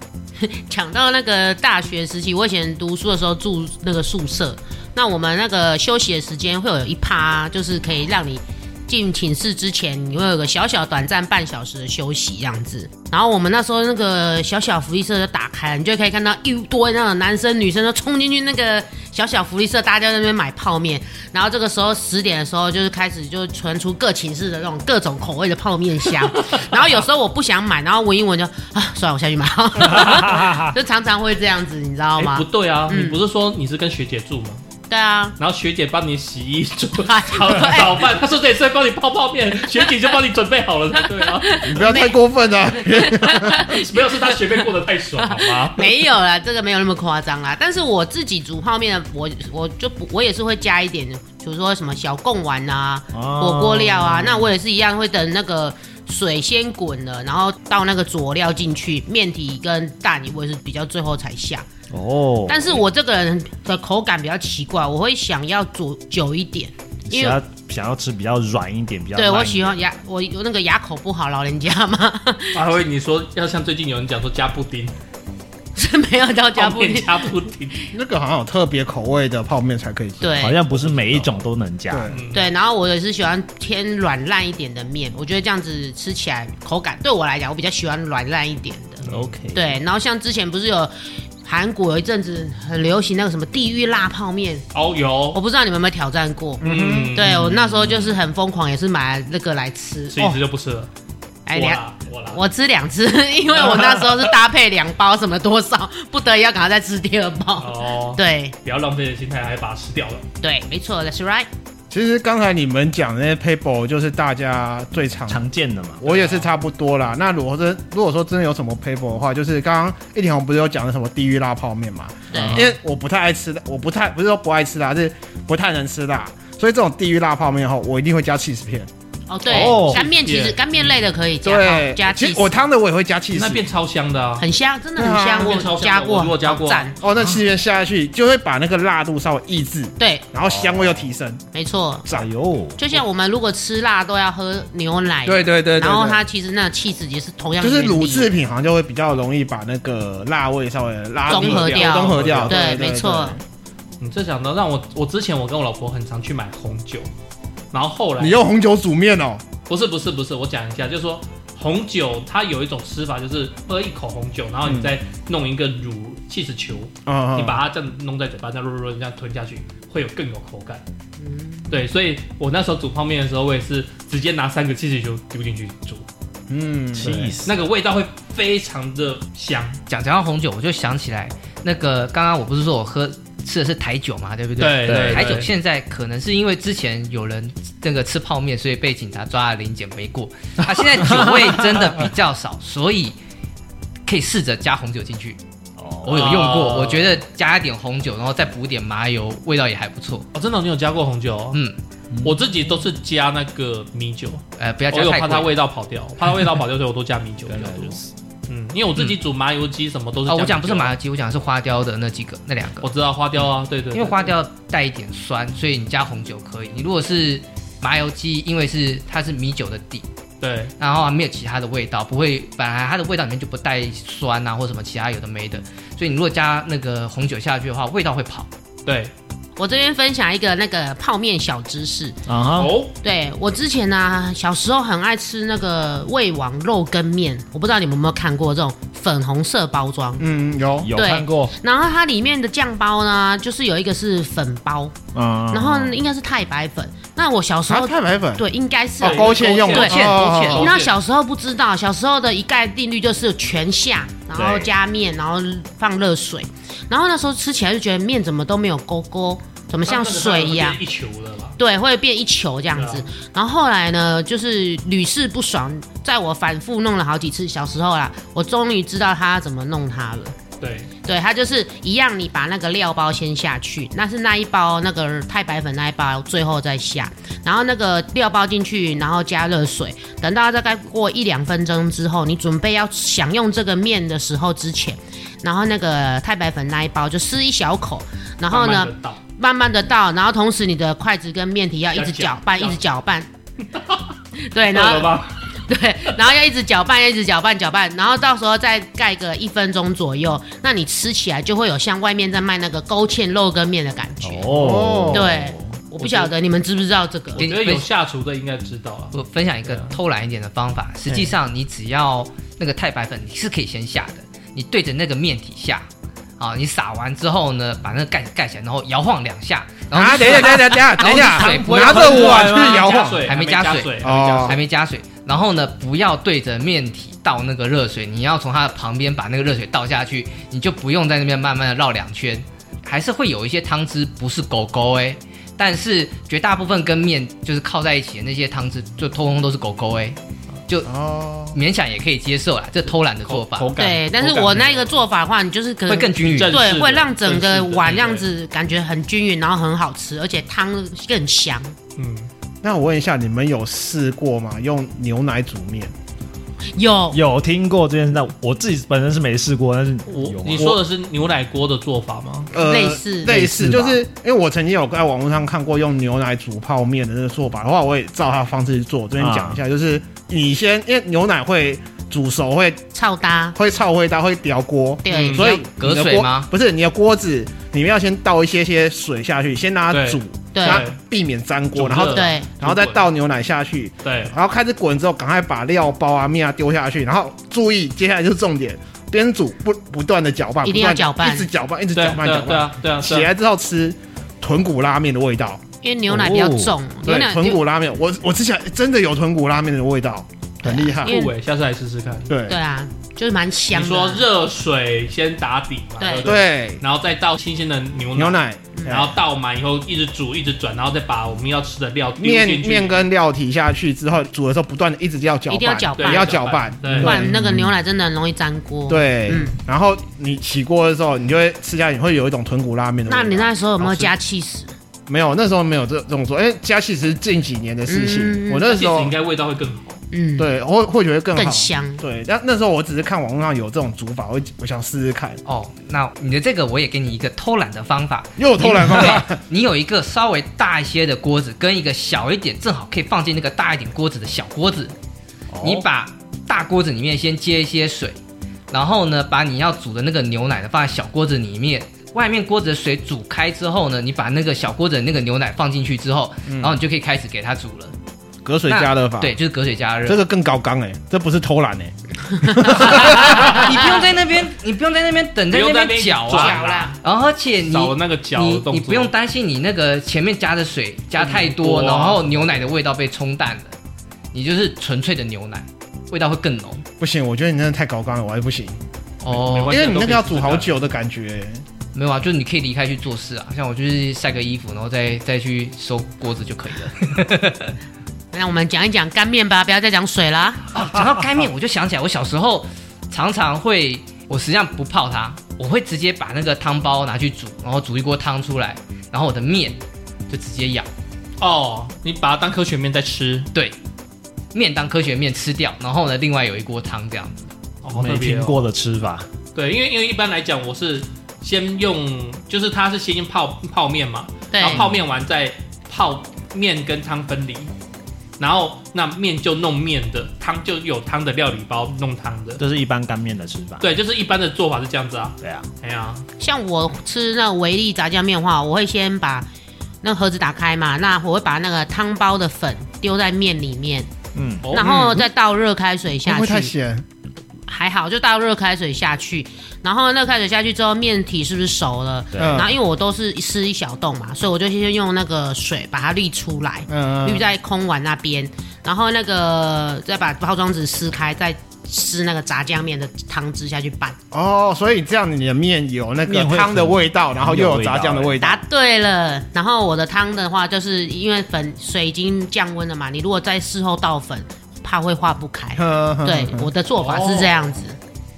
B: 讲到那个大学时期，我以前读书的时候住那个宿舍，那我们那个休息的时间会有一趴，就是可以让你进寝室之前，你会有个小小短暂半小时的休息这样子。然后我们那时候那个小小福利社就打开，你就可以看到一堆那种男生女生都冲进去那个小小福利社，大家在那边买泡面。然后这个时候十点的时候，就是开始就传出各寝室的那种各种口味的泡面箱。然后有时候我不想买，然后闻一闻就啊，算了，我下去买。 [LAUGHS] 就常常会这样子，你知道
C: 哎、
B: 吗
C: 不？对啊，
B: 嗯
C: 你不是说你是跟学姐住吗？
B: 对啊，
C: 然后学姐帮你洗衣煮
B: 哎
C: 早早饭，她说这里是帮你泡泡面，学姐就帮你准备好了才对啊。
A: 你不要太过分啊了、
C: [LAUGHS] 没有是她学妹过得太爽，好吗？
E: [LAUGHS]
B: 没有啦，这个没有那么夸张啦。但是我自己煮泡面，我我就不我也是会加一点，比如说什么小贡丸啊、
E: 哦
B: 火锅料啊，那我也是一样会等那个水先滚了，然后倒那个佐料进去，面体跟蛋我也是比较最后才下。
E: 哦，
B: 但是我这个人的口感比较奇怪，我会想要煮久一点，因为
E: 想要想要吃比较软一点，比较
B: 对
E: 烂
B: 我
E: 一
B: 喜
E: 点
B: 欢牙，我有那个牙口不好，老人家嘛
C: [LAUGHS]
B: [LAUGHS]
C: 阿辉，你说要像最近有人讲说加布丁，
B: 是没有到家
C: 加
B: 不
C: 布丁
B: 丁。
C: [LAUGHS] 加布丁，
A: 那个好像有特别口味的泡面才可以吃。
B: 对，
E: 好像不是每一种都能加。
A: 对，
C: 嗯，
B: 对，然后我也是喜欢偏软烂一点的面，我觉得这样子吃起来口感对我来讲，我比较喜欢软烂一点的。
E: OK，，
B: 对，然后像之前不是有韩国有一阵子很流行那个什么地狱辣泡面，
C: 哦
B: 我
C: 有，
B: 不知道你们有没有挑战过？
C: 嗯，
B: 对我那时候就是很疯狂，也是买那个来吃。哦
C: 吃一吃就不吃了，
B: 哎，
C: 我
B: 两
C: 啦我啦，
B: 我吃两次， [LAUGHS] 因为我那时候是搭配两包什么多少，不得已要赶快再吃第二包。
C: 哦，
B: 对
C: 不要浪费的心态，还把它吃掉了，
B: 对，没错，That's right。
A: 其实刚才你们讲的那些 paper 就是大家最常
E: 常见的嘛。
A: 我也是差不多啦。那如果真如果说真的有什么 paper 的话，就是刚刚一点红不是有讲的什么地狱辣泡面嘛？
B: 对
A: 因为我不太爱吃，我不太不是说不爱吃辣，是不太能吃辣，所以这种地狱辣泡面后，我一定会加 cheese 片。
B: 哦，对
E: 哦，
B: 干面其实
C: 谢谢
B: 干面类的可以加泡
A: 对，
B: 加
A: 其
B: cheese。
A: 实我汤的我也会加 cheese
C: 那。变超香的啊，
B: 很香，真的很
A: 对啊
B: 香，我
C: 面超
B: 有
C: 香
B: 加
C: 的
B: 过，
C: 我如果加
B: 好
C: 过
B: 赞
A: 哦，那 cheese 片下
B: 嗯
A: 去就会把那个辣度稍微抑制，
B: 对，
A: 然后香味又提升。
B: 没错，
E: 哎呦，
B: 就像我们如果吃辣都要喝牛奶，
A: 对对对对对
B: 然后它其实那气质也是同样
A: 就
B: 的
A: 是
B: 原理，
A: 乳制品好像就会比较容易把那个辣味稍微拉
B: 综合
A: 低
B: 掉
A: 综合掉。
B: 对，
A: 对
B: 没错，，
C: 你这想到让我，我之前我跟我老婆很常去买红酒，然后后
A: 对
C: 来
A: 你用红酒煮面哦，
C: 不是不是不是，我讲一下，就是说红酒它有一种吃法，就是喝一口红酒，然后你再弄一个乳气死球，
A: 嗯，
C: 你
A: 嗯
C: 把它这样弄在嘴巴，这样这样吞下去，会有更有口感。
B: 嗯
C: 对，所以我那时候煮泡面的时候，我也是直接拿三个气死球丢进去煮，
A: 嗯，
E: 气死！
C: 那个味道会非常的香。
D: 讲讲到红酒，我就想起来那个刚刚我不是说我喝吃的是台酒嘛，对不
C: 对
D: 对？
C: 对
D: 台酒
C: 对
D: 现在可能是因为之前有人那个吃泡面，所以被警察抓了零检没过。他现在酒味真的比较少，所以可以试着加红酒进去。
E: 哦，
D: 我有用过，
C: 哦
D: 我觉得加一点红酒，然后再补一点麻油，味道也还不错。
C: 哦，真的哦、你有加过红酒、哦？
D: 嗯，
C: 我自己都是加那个米酒，
D: 呃，不要
C: 我
D: 加
C: 有
D: 太
C: 怕它
D: 贵。
C: 味道跑掉，怕它味道跑掉，所以我都加米酒比
E: 原
D: [LAUGHS]
C: 较
E: 来
C: 多
E: 如。此。
C: 嗯，因为我自己煮麻油鸡什么都是、啊
D: 哦，我讲不是麻油鸡，我讲的是花雕的那几个那两个
C: 我，知道花雕啊，对对
D: 因为花雕带一点酸，所以你加红酒可以。你如果是麻油鸡，因为是它是米酒的底，
C: 对，
D: 然后啊没有其他的味道，不会，本来它的味道里面就不带酸啊或什么其他有的没的，所以你如果加那个红酒下去的话，味道会跑。
C: 对，
B: 我这边分享一个那个泡面小知识，
E: 啊哈，
C: 哦，
B: 对我之前呢、小时候很爱吃那个味王肉羹面，我不知道你们有没有看过这种粉红色包装，
A: 嗯，有，
E: 有
B: 对
E: 看过，
B: 然后它里面的酱包呢，就是有一个是粉包，
E: 嗯，
B: 然后应该是太白粉。那我小时
A: 啊，
B: 候
A: 太白粉，
B: 对应该是
A: 哦，勾芡用的，
B: 对
D: 勾芡
A: 哦
D: 勾芡
B: 你
A: 哦
B: 知道小时候不知道，小时候的一概定律就是全下，然后
E: 对
B: 加面，然后放热水，然后那时候吃起来就觉得面怎么都没有勾勾，怎么像水一样
C: 那。个当然会变一球了吧？
B: 对，会变一球这样子
C: 对啊。
B: 然后后来呢，就是屡试不爽，在我反复弄了好几次，小时候啦，我终于知道他怎么弄它了。
C: 对，
B: 对，它就是一样，你把那个料包先下去，那是那一包那个太白粉那一包，最后再下，然后那个料包进去，然后加热水，等到大概过一两分钟之后，你准备要享用这个面的时候之前，然后那个太白粉那一包就撕一小口，然后呢
C: 慢慢地倒，
B: 慢慢的倒，然后同时你的筷子跟面体要一直
C: 要搅
B: 搅拌，
C: 搅
B: 一直搅拌。 [LAUGHS] 对，然
C: 饿了
B: 后
C: 吧？
B: [LAUGHS] 对，然后要一直搅拌，要一直搅拌，搅拌，然后到时候再盖个一分钟左右，那你吃起来就会有像外面在卖那个勾芡肉跟面的感觉。
E: 哦，
B: 对，我不晓得你们知不知道这个
C: 我。觉得有下厨的应该知道啊。
D: 我分享一
C: 对
D: 个
C: 啊
D: 偷懒一点的方法，实际上你只要那个太白粉，你是可以先下的，你对着那个面体下。啊，你撒完之后呢，把那个盖子盖起来，然后摇晃两下，然后
A: 啊，等一下，等一下，等一下，等一下，
D: 水不会
A: 拿
D: 喷出
A: 着
D: 来
A: 碗
D: 吗
A: 去摇
C: 啊加
A: 晃，
C: 水
D: 还没
C: 加
D: 加
C: 水，啊还没加
A: 哦
D: 还没加水，然后呢，不要对着面体倒那个热水，你要从它的旁边把那个热水倒下去，你就不用在那边慢慢的绕两圈，还是会有一些汤汁不是狗狗哎、但是绝大部分跟面就是靠在一起的那些汤汁，就通通都是狗狗哎、
A: 哦，
D: 勉强也可以接受啦，这偷懒的
C: 水
D: 做法
C: 口口感
B: 对，但是我那个做法的话，你就是可
D: 会
B: 能
D: 更均匀。
C: 正式
B: 对，
C: 的
B: 会让整个碗这样，
C: 正式
B: 子感觉很均匀，然后很好吃，而且汤更香。
C: 的对嗯，
A: 那我问一下，你们有试过吗？用牛奶煮面？
B: 有
C: 嗯
E: 有听过这件事，但我自己本身是没试过，但是有
C: 我
A: 啊
E: 吗
C: 你说的是牛奶锅的做法吗？
A: 呃，
B: 类似
A: 类
E: 类
A: 似，
E: 似吧
A: 就是因为我曾经有在网络上看过用牛奶煮泡面的那个做法的话，我也照他的方式去做。我这边讲一下，就是你先，因为牛奶会煮熟，会
B: 超搭，
A: 会炒味道，会掉锅，
B: 对，
D: 嗯
A: 所以
D: 隔
A: 你的
D: 水
A: 锅
D: 吗？
A: 不是，你的锅子里面要先倒一些些水下去，先让它
C: 对
A: 煮，
B: 对
A: 让它避免粘锅，
C: 煮
A: 然后
C: 热
B: 对
A: 然后再倒牛奶下去，
C: 对，
A: 然后开始滚之后，赶快把料包啊面啊丢下去，然后注意，接下来就是重点，边煮不不断的搅拌，
B: 一定要
A: 不断地
B: 搅拌
A: 一直搅拌，一直
C: 对
A: 搅
C: 啊
A: 拌，
C: 对
A: 搅
C: 啊对
A: 拌。
C: 啊对啊，
A: 起来之后吃豚骨拉面的味道，
B: 因为牛奶比较重，牛
C: 哦
A: 对，
B: 奶
A: 豚骨拉面，我我吃起来真的有豚骨拉面的味道，很厉害
B: 因。为
C: 酷哎，下次来试试看。
A: 对
B: 对啊，就是蛮香
C: 你
B: 的。啊
C: 说热水先打底嘛，
B: 对
C: 对不对？
A: 对，
C: 然后再倒新鲜的牛
A: 牛，奶，哎
C: 然后倒满以后一直煮一直转，然后再把我们要吃的料丢
A: 面
C: 进去
A: 面跟料提下去之后，煮的时候不断的一直要搅
B: 一定要
A: 拌，
B: 搅
C: 对
B: 拌，
A: 要搅拌
C: 对
B: 不然那
C: 嗯
B: 个牛奶真的很容易粘锅。，
A: 对
B: 嗯，
A: 然后你起锅的时候，你就会吃下去，你会有一种豚骨拉面的味道。
B: 那你那时候有没有加气死？
A: 没有，那时候没有这这种做，因为加气是近几年的事
B: 嗯
A: 情。我
C: 那
A: 那
C: 其
A: 时
C: 实
A: 候
C: 应该味道会更好。
B: 嗯，，
A: 对，我会觉得更好
B: 更。香。
A: 对，但那时候我只是看网络上有这种煮法，我我想试试看，
D: 哦，那你的这个我也给你一个偷懒的方法，
A: 又偷懒方
D: [LAUGHS]
A: 法。
D: 对你有一个稍微大一些的锅子，跟一个小一点，正好可以放进那个大一点锅子的小锅子。你把大锅子里面先接一些水，然后呢，把你要煮的那个牛奶呢放在小锅子里面。外面锅子的水煮开之后呢，你把那个小锅子的那个牛奶放进去之后，然后你就可以开始给它煮了。
A: 隔水
D: 那
A: 加热法，
D: 对，，就是隔水加
A: [LAUGHS]
D: 热。
A: 这个更高纲哎，这不是偷懒哎、
D: 你不用在那边，你不用在那边等，在
C: 不用在
D: 那
C: 那边
D: 边搅
C: 搅
D: 啊。
B: 巧啦，
D: 然后而且你
C: 少了那个搅的
D: 你
C: 动
D: 你
C: 作
D: 不用担心你那个前面加的水加太多，
C: 嗯多啊
D: 然后牛奶的味道被冲淡了，你就是纯粹的牛奶，味道会更浓。
A: 不行，我觉得你真的太高纲了，我还不行，
C: 没
D: 哦
C: 关，
A: 因
C: 系
A: 为你那个要煮好久的感觉、欸
D: 没有啊，就是你可以离开去做事啊，像我就是晒个衣服，然后再再去收锅子就可以了。
C: [LAUGHS]
B: 那我们讲一讲干面吧，不要再讲水啦。
D: 哦，讲到干面，我就想起来，我小时候常常会，我实际上不泡它，我会直接把那个汤包拿去煮，然后煮一锅汤出来，然后我的面就直接舀，
C: 哦，你把它当科学面在吃，
D: 对，面当科学面吃掉，然后呢，另外有一锅汤这样。
C: 哦
E: 没听。
C: 好特别哦
E: 过的吃法，
C: 对，因为因为一般来讲，我是先用，就是它是先泡泡面嘛，
B: 对
C: 然，后泡面完再泡面跟汤分离，然后那面就弄面的，汤就有汤的料理包弄汤的。
E: 这是一般干面的吃法。
C: 对，就是一般的做法是这样子啊。
E: 对啊，
C: 哎呀，
B: 像我吃那维力炸酱面的话，我会先把那盒子打开嘛，那我会把那个汤包的粉丢在面里面，
E: 嗯，
C: 哦
B: 然后再倒热开水
A: 会
B: 下
A: 嗯不会太
B: 去，
A: 咸？
B: 还好就倒热开水下去，然后热开水下去之后，面体是不是熟了？
E: 对啊
B: 然后
A: 嗯
B: 因为我都是撕一小洞嘛，所以我就先用那个水把它沥出来，滤
A: 嗯，
B: 在空碗那边，然后那个再把包装纸撕开，再撕那个炸酱面的汤汁下去拌。
A: 哦，所以这样你的面有那个
E: 面会
A: 汤的味道，然后又有
E: 很有味道
A: 炸酱的味道
B: 答。对了，然后我的汤的话，就是因为粉水已经降温了嘛，你如果在事后倒粉，怕会化不开。
A: [LAUGHS] 呵呵呵
B: 对，我的做法是这样子。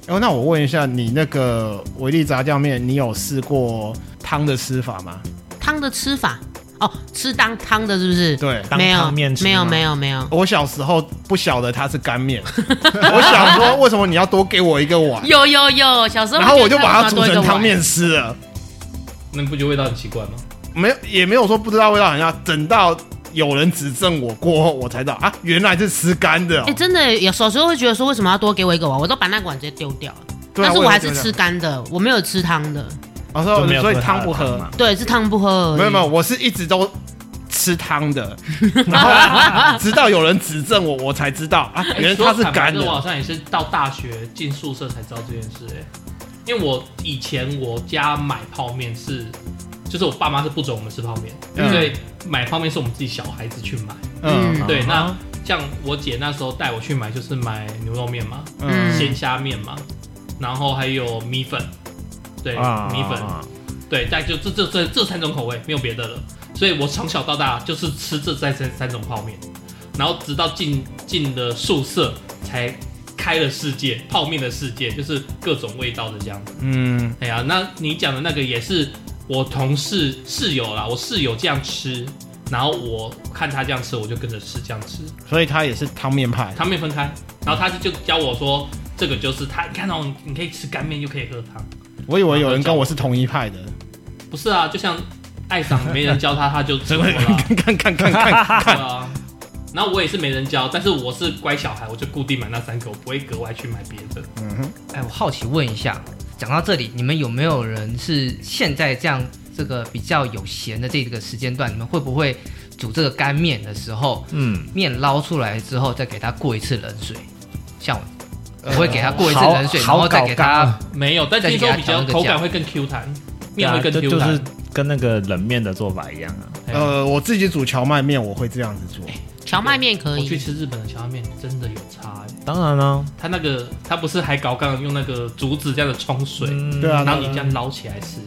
A: 哦，哎那我问一下，你那个维力炸酱面，你有试过汤的吃法吗？
B: 汤的吃法哦，吃当汤的是不是？
A: 对，
E: 当
B: 没有，
E: 汤面吃
B: 没有，
E: 吗
B: 没有，没有。
A: 我小时候不晓得它是干
B: [LAUGHS]
A: 面，我想说为什么你要多给我一个碗，
B: 有有有，小时候
A: 然后我
B: 觉
A: 就
B: 得
A: 把它
B: 要
A: 煮
B: 多一个
A: 成汤
B: 碗。
A: 面吃了，
C: 嗯那你不觉得味道很奇怪吗？
A: 没有也没有说不知道味道很像，等到有人指正我过后，我才知道啊，原来是吃干的、哦
B: 哎、真的有时候会觉得说，为什么要多给我一个碗？我都把那个碗直接丢掉了。
A: 对啊
B: 但是
A: 我也
B: 还
A: 觉
B: 是
A: 得
B: 吃干的，我没有吃汤的。
A: 哦，
E: 就
A: 所以
E: 没有
A: 所以
E: 喝它
A: 汤
E: 的
A: 不喝
E: 汤，嘛
B: 对，是汤不喝而已。
A: 没有没有，我是一直都吃汤的，然后直到有人指正我，我才知道啊，
C: 哎
A: 原来它是干
C: 我好
A: 的。
C: 像也是到大学进宿舍才知道这件事、欸，因为我以前我家买泡面是，就是我爸妈是不准我们吃泡面，
A: 嗯
C: 所以买泡面是我们自己小孩子去买。
A: 嗯
B: 嗯
C: 对，那像我姐那时候带我去买，就是买牛肉面嘛，
A: 嗯
C: 鲜虾面嘛，然后还有米粉，对，米粉，
E: 啊
C: 对，但就这这这这三种口味，没有别的了。所以我从小到大就是吃这三三三种泡面，然后直到进进了宿舍才开了世界，泡面的世界就是各种味道的这样子。
A: 嗯
C: 哎呀，那你讲的那个也是我同事室友啦，我室友这样吃，然后我看他这样吃，我就跟着吃这样吃。
A: 所以它也是汤面派。
C: 汤面分开，然后他就教我说，这个就是他，你看哦，你可以吃干面又可以喝汤，
A: 我以为有人跟我是同一派的，
C: 不是啊？就像爱上没人教他，他就吃
A: [LAUGHS]
C: 过了。
A: 看看看看看，
C: 对啊。然后我也是没人教，但是我是乖小孩，我就固定买那三个，我不会格外去买别的。
A: 嗯哼，
D: 哎，我好奇问一下，讲到这里，你们有没有人是现在这样这个比较有闲的这个时间段，你们会不会煮这个干面的时候，
E: 嗯，
D: 面捞出来之后再给它过一次冷水？像我，
A: 呃
D: 我会给它过一次
E: 好
D: 冷水，然
E: 好
D: 后再
E: 搞
D: 给
E: 干
D: 它
E: 啊
C: 没有，但
D: 再
C: 听
D: 给
C: 说
D: 他
C: 比
D: 调
C: 较
D: 那个
C: 口
D: 酱
C: 感会更 Q 弹，
E: 对
C: 面
E: 啊
C: 会更
E: 就
C: Q
E: 就
C: 弹
E: 是。跟那个冷面的做法一样啊。
C: 哎呀
A: 呃，我自己煮荞麦面，我会这样子做。
B: 荞麦面可
C: 我去
B: 以，
C: 吃日本的荞麦面真的有差、欸，
E: 当然啊了，
C: 它那个它不是还搞刚用那个竹子这样的冲水，
E: 嗯
A: 对啊，
C: 然后你这样捞起来吃，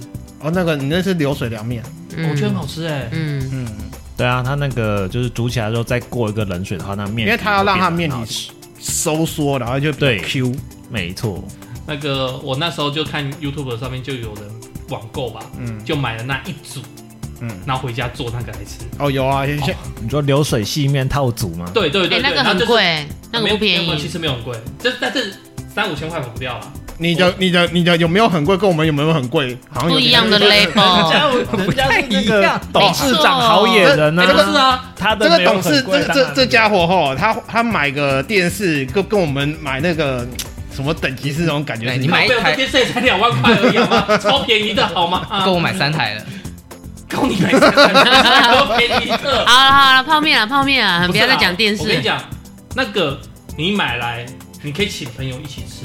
A: 哦，那个你那是流水凉面，
B: 嗯
C: 我觉得很好吃哎、
B: 嗯，
A: 嗯，
E: 对啊，它那个就是煮起来之后再过一个冷水的话，那面
A: 因为它要让它面
E: 体
A: 体收缩，然后就比较
E: 对
A: Q，
E: 没错，
C: 那个我那时候就看 YouTube 上面就有人网购吧，
A: 嗯
C: 就买了那一组，
A: 嗯，
C: 然后回家做那个来吃。
D: 嗯
A: 哦，有啊，像像
E: 你说流水细面套组吗？，
C: 对对
B: 哎、
C: 对对，
B: 那个
C: 然后
B: 很
C: 就是
B: 贵，那个
C: 没有
B: 不便
C: 没有其
B: 宜。
C: 实没有很贵，这但是三五千块跑不掉了。
A: 你的你的你的有没有很贵？跟我们有没有很贵？好像有
B: 不一样的
A: 点
B: label，
E: 人家是那
D: 不太一样
E: 个董事长好野人
C: 哎
E: 啊，
A: 这个
C: 是啊，
E: 他的
A: 这个
E: 没有
A: 董事，
E: 很贵
A: 这
E: 当
A: 这
E: 然
A: 这家伙吼，他他买个电视，跟跟我们买那个什么等级是那种感觉
D: 哎
A: 是一
D: 你
A: 样
D: 买
C: 买
D: 一
C: 我
D: 台
C: 这电视也才两万块而已好
D: [LAUGHS]
C: 吗？超便宜的好
D: 够
C: 吗？啊
D: 我买三台了。
C: 够你买三台，超便宜的。
B: 好了好了，泡 [LAUGHS] 面啊泡面啊，不
C: 是
B: 要
C: 啦
B: 再讲电
C: 我跟
B: 视
C: 你。讲，那个你买来，你可以请朋友一起吃，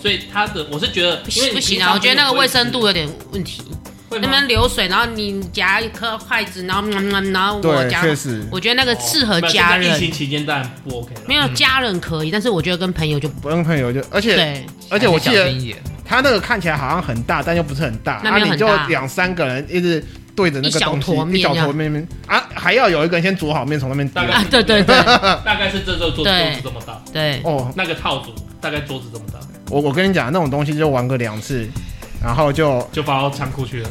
C: 所以他的我是觉得
B: 不
C: 因为
B: 行
C: 你
B: 不行
C: 平
B: 啊，
C: 常
B: 我觉得那个
C: 不会
B: 卫
C: 吃
B: 生度有点问题。
C: 会
B: 那
C: 吗
B: 边流水，然后你夹一颗筷子，然后嗯嗯嗯然后我
A: 对，
B: 夹，
A: 确实，
B: 我觉得那个适合
C: 哦没有
B: 家
C: 现在疫
B: 人
C: 情，期间当然不 OK 了。
B: 没有家人可以，但是我觉得跟朋友就不
A: 不用朋友就，而且
B: 对。
A: 而且我记
D: 还是小
A: 得
D: 心一点
A: 他那个看起来好像很大，但又不是很大，
B: 那
A: 啊，
B: 没有
A: 你
B: 很
A: 就
B: 大
A: 两三个人一直对着那个东西
B: 一小坨，面
A: 一小坨面面啊，还要有一个人先煮好面从那边
C: 大
A: 丢
C: 概。
B: 啊，对对对
C: [LAUGHS] 大概是这周桌桌
B: 对
C: 子这么大，
B: 对，
A: 哦，
C: 那个套组大概桌子这么大，
A: 我我跟你讲，那种东西就玩个两次，然后就
C: 就放到仓库
B: [LAUGHS]
C: 去了。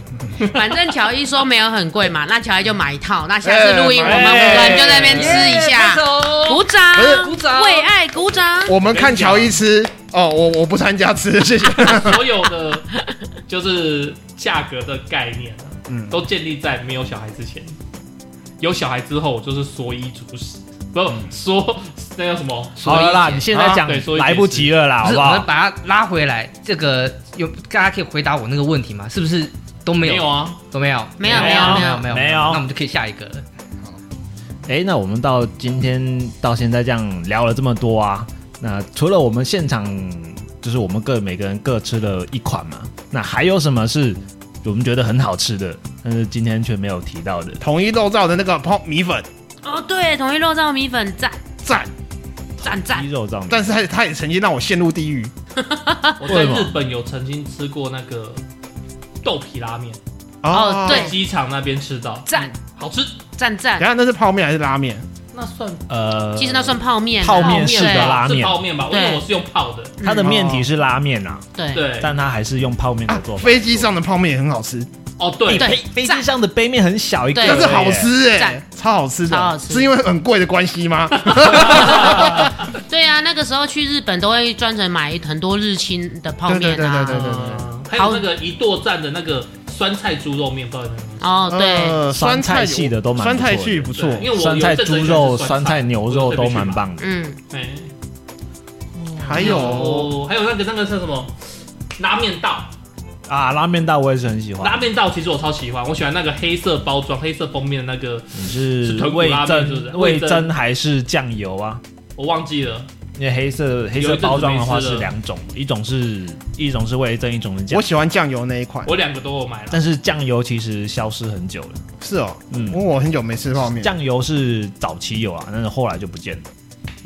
B: 反正乔伊说没有很贵嘛，那乔伊就买一套，那下次录音我
A: 哎
B: 们五个人就在那边吃一
D: 耶拍
B: 下，
D: 手
B: 鼓
A: 不是
B: 掌，
D: 鼓掌
B: 为爱鼓掌。
A: 我们看乔伊吃，哦，我我不参加吃，谢谢。 [LAUGHS]
C: 所有的就是价格的概念、啊，
A: 嗯
C: 都建立在没有小孩之前。有小孩之后，我就是缩衣足食，不
E: 嗯
C: 缩那叫什么？
E: 好了啦，
D: 所以
E: 你现在
C: 啊
E: 讲
C: 对所以
E: 来不及了啦，
D: 不
E: 好
D: 是，
E: 不
D: 我们
E: 好？
D: 把它拉回来，这个有大家可以回答我那个问题吗？是不是都没
C: 没
D: 有？
C: 有啊，
D: 都没有，
B: 没有
E: 没有
D: 没有，
B: 没
D: 没有，
E: 没有
D: 那我们就可以下一个了。
E: 哎，那我们到今天到现在这样聊了这么多啊，那除了我们现场就是我们各每个人各吃了一款嘛，那还有什么是我们觉得很好吃的，但是今天却没有提到的？
A: 统一肉燥的那个泡米粉，
B: 哦，对，统一肉燥米粉赞
A: 赞。
B: 赞赞
E: 鸡，肉燥面，
A: 但是他他也曾经让我陷入地狱。
B: 啊
C: 我
E: 为
C: 在
E: 什么
C: 日本有曾经吃过那个豆皮拉面，
B: 哦对
C: 机场那边吃到，
B: 赞
C: 好吃。
B: 赞
A: 等
B: 赞，
A: 下那是泡面还是拉面？
C: 那算
E: 呃，
B: 其实那算泡面啊，
E: 泡面式的
B: 对
E: 拉面
C: 是泡面吧？因
B: 对
C: 为我是用泡的，
E: 它的面体是拉面啊，
B: 对
C: 对，
E: 但它还是用泡面的
A: 啊
E: 做，法。
A: 飞机上的泡面也很好吃，
C: 哦对
B: 对
E: 飞飞机上的杯面很小一个，
B: 对
A: 但是好吃哎
B: 赞，
A: 超好吃
B: 超好
A: 的，
B: 吃
A: 是因为很贵的关系吗？
B: 对啊，那个时候去日本都会专程买很多日清的泡面啊。
A: 对对对
C: 嗯还有那个一剁站的那个酸菜猪肉面，不知道有没有印象？
B: 哦，对，
A: 呃
E: 酸菜系的都蛮
A: 酸菜
E: 不错的
A: 系不错
C: 对，因为我
E: 酸菜猪肉、酸菜牛肉都蛮
C: 棒。
E: 棒的。
B: 嗯，
C: 哎，
A: 还有
C: 哦还有那个那个是什么？拉面道，
E: 啊，拉面道我也是很喜
C: 拉
E: 欢。
C: 面道其实我超喜欢，我喜欢那个黑色包装、黑色封面的那个，
E: 你是
C: 是豚骨
E: 味
C: 拉面是不是
E: 增味
C: 味增
E: 增还是酱油啊？
C: 我忘记了。
E: 因为黑色黑色包装的话是两种，一种是一种是味增，一种是酱
A: 我。喜欢酱油那一款，
C: 我两个都有买了。
E: 但是酱油其实消失很久了，
A: 是哦，因为
E: 嗯，
A: 我很久没吃泡面，
E: 酱油是早期有啊，但是后来就不见了，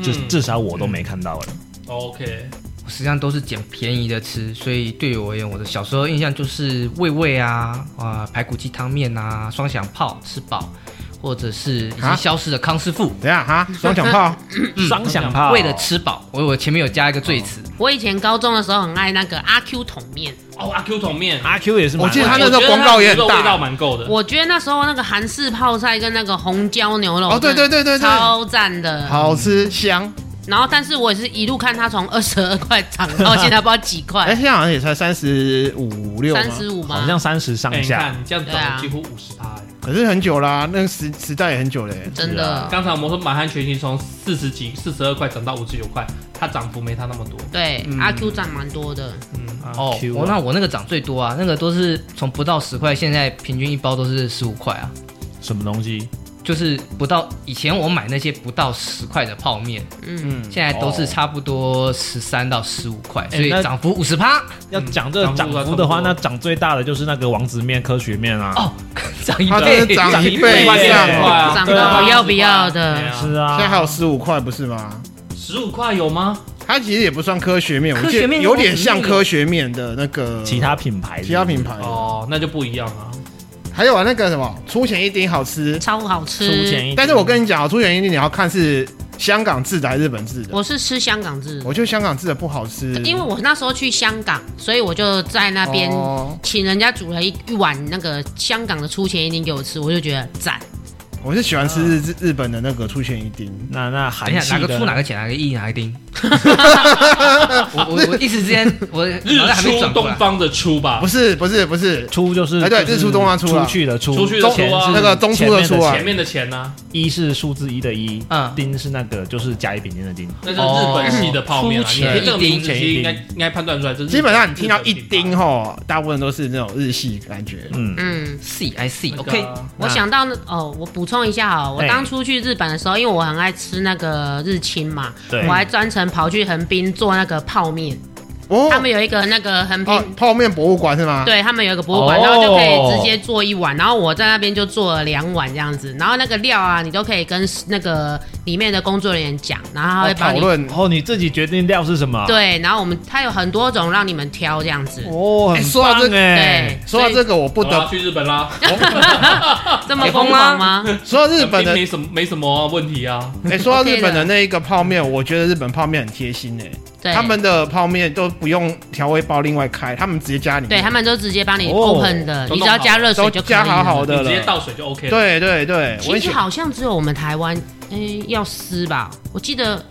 E: 至
C: 嗯
E: 至少我都没看到了。
C: 哦 OK，
D: 我实际上都是捡便宜的吃，所以对于我而言，我的小时候印象就是味味啊啊、排骨鸡汤面啊、双响炮吃饱，或者是已
A: 啊
D: 经消失的康师傅，
A: 等一下哈，双响炮，
E: 双响炮
D: 为了吃饱，我我前面有加一个最词，
B: 我以前高中的时候很爱那个阿 Q 桶面，
C: 哦，阿 Q 桶面，
E: 阿 Q 也是蛮，
A: 我记得他
C: 我
A: 那
C: 觉
A: 时候
C: 得
A: 广告也很
C: 牛肉味道
A: 大，
C: 蛮够的。
B: 我觉得那时候那个韩式泡菜跟那个红椒牛肉，
A: 哦对对对对对
B: 超赞的。
A: 好吃香，
B: 然后，但是我也是一路看它从二十二块涨到现在不知道几
A: 哎，
B: 块，
A: 现在好像也才三十五六吗？
B: 三十五
E: 好
B: 吗？
E: 像三十上
C: 哎，你
E: 下。
C: 看你这样
B: 对
C: 涨
B: 啊
C: 几乎五十趴。哎
A: 可是很久啦，那个时时代也很久嘞。
B: 真
E: 是啊
B: 的，
C: 刚才我们说满汉全席从四十几、四十二块涨到五十九块，它涨幅没它那么多。
B: 对，阿 Q 涨蛮多的。
C: 嗯，
D: 哦
E: 阿 Q 啊
D: 我那我那个涨最多啊，那个都是从不到十块，现在平均一包都是十五块啊，
E: 什么东西？
D: 嗯就是不到以前我买那些不到十块的泡面，
B: 嗯，
D: 现在都
E: 哦
D: 是差不多十三到十五块，
E: 哎
D: 所以
E: 那
D: 涨幅五十趴
E: 要讲这个涨幅的话，那涨最大的就是那个王子面、科学面啊。
D: 哦，涨一
A: 它
D: 倍
A: 真的，涨一倍
E: 一
A: 以上
E: 倍
A: 哦，
C: 啊
B: 涨
E: 对啊
B: 到要不要的？
E: 是啊，
A: 现在还有十五块不是吗？
C: 十五块有吗？
A: 它其实也不算科学面，我
D: 科
A: 记
D: 学
A: 得
D: 面
A: 有点像科学面的那个
E: 其他品牌，
A: 其他品。牌。
C: 哦，那就不一样啊。
A: 还有啊，那个什么出钱一丁好吃，
B: 超好
E: 出钱
B: 吃。
E: 一丁，
A: 但是我跟你讲啊，出钱一丁你要看是香港制的还是日本制的。
B: 我是吃香港制，
A: 我觉得香港制的不好吃，
B: 因为我那时候去香港，所以我就在那边
A: 哦
B: 请人家煮了一一碗那个香港的出前一丁给我吃，我就觉得赞。
A: 我是喜欢吃日日日本的那个出钱一丁。
B: 嗯
E: 那那韩
D: 嗯等一
E: 系
D: 下，哪个
E: 的
D: 出哪个钱，哪个一，哪个丁？ [LAUGHS] 我我我一时之间我
C: 日
D: 哎脑袋还没
C: 出
D: 转过
C: 东
D: 来。
C: 方的出吧
A: 不，是不是不是，
E: 出就是
A: 哎对
E: 就是
A: 日出东啊出啊
E: 出去的出，
C: 出去的出
E: 钱
C: 啊
E: 是
A: 那个中出的出啊
E: 前面
C: 前面的钱呢？
E: 一是数字一的一，
D: 嗯
E: 丁是那个就是甲乙丙丁的丁。
C: 那是日本系的泡面啊。
D: 哦
C: 你听这个名字
E: 出钱
C: 其
E: 一丁
C: 实应该应该判断出来，这是
A: 基本上你听到一丁
C: 哦。
A: 吼，大部分都是那种日系感觉。
E: 嗯，
B: 嗯，
D: C I C
C: 那个
D: 哎 OK，
C: 啊
B: 我想到那哦，我补充一下哦，我
E: 哎
B: 当初去日本的时候，因为我很爱吃那个日清嘛，
E: 对
B: 我还专程跑去横滨做那个泡面。
A: 哦
B: 他们有一个那个横滨
A: 哦，泡面博物馆是吗？
B: 对他们有一个博物馆，
E: 哦
B: 然后就可以直接做一碗，然后我在那边就做了两碗这样子，然后那个料啊，你都可以跟那个里面的工作人员讲，然后他
A: 哦，
B: 会帮
A: 讨
B: 你、
A: 论
E: 然后你自己决定料是什么。
B: 对，然后我们他有很多种让你们挑这样子，
E: 啊哦，
A: 哎
E: 很
A: 说到这
E: 棒哎
B: 对，，
A: 说到这个，我不
C: 我要
B: 啊
A: 得
C: 去日本啦，
B: 这么疯狂吗？
A: [LAUGHS] 说到日本
B: [LAUGHS]
A: 的
C: 没什么没什么问题啊。
A: 哎、说到
B: OK
A: 日本的
B: 的
A: 那一个泡面，我觉得日本泡面很贴心哎、
B: 对，
A: 他们的泡面都不用调味包另外开，他们直接加里面。
B: 对他们都直接帮你
E: 哦
B: open 的，
C: 都弄好
B: 你只要加热水
A: 都
B: 就可以
A: 加好好
B: 了。
A: 的
C: 你直接
A: 了。
C: 倒水就 OK 了。
A: 对对对，我
B: 其
A: 以
B: 实
A: 前
B: 好像只有我们台湾，诶、要撕吧？我记得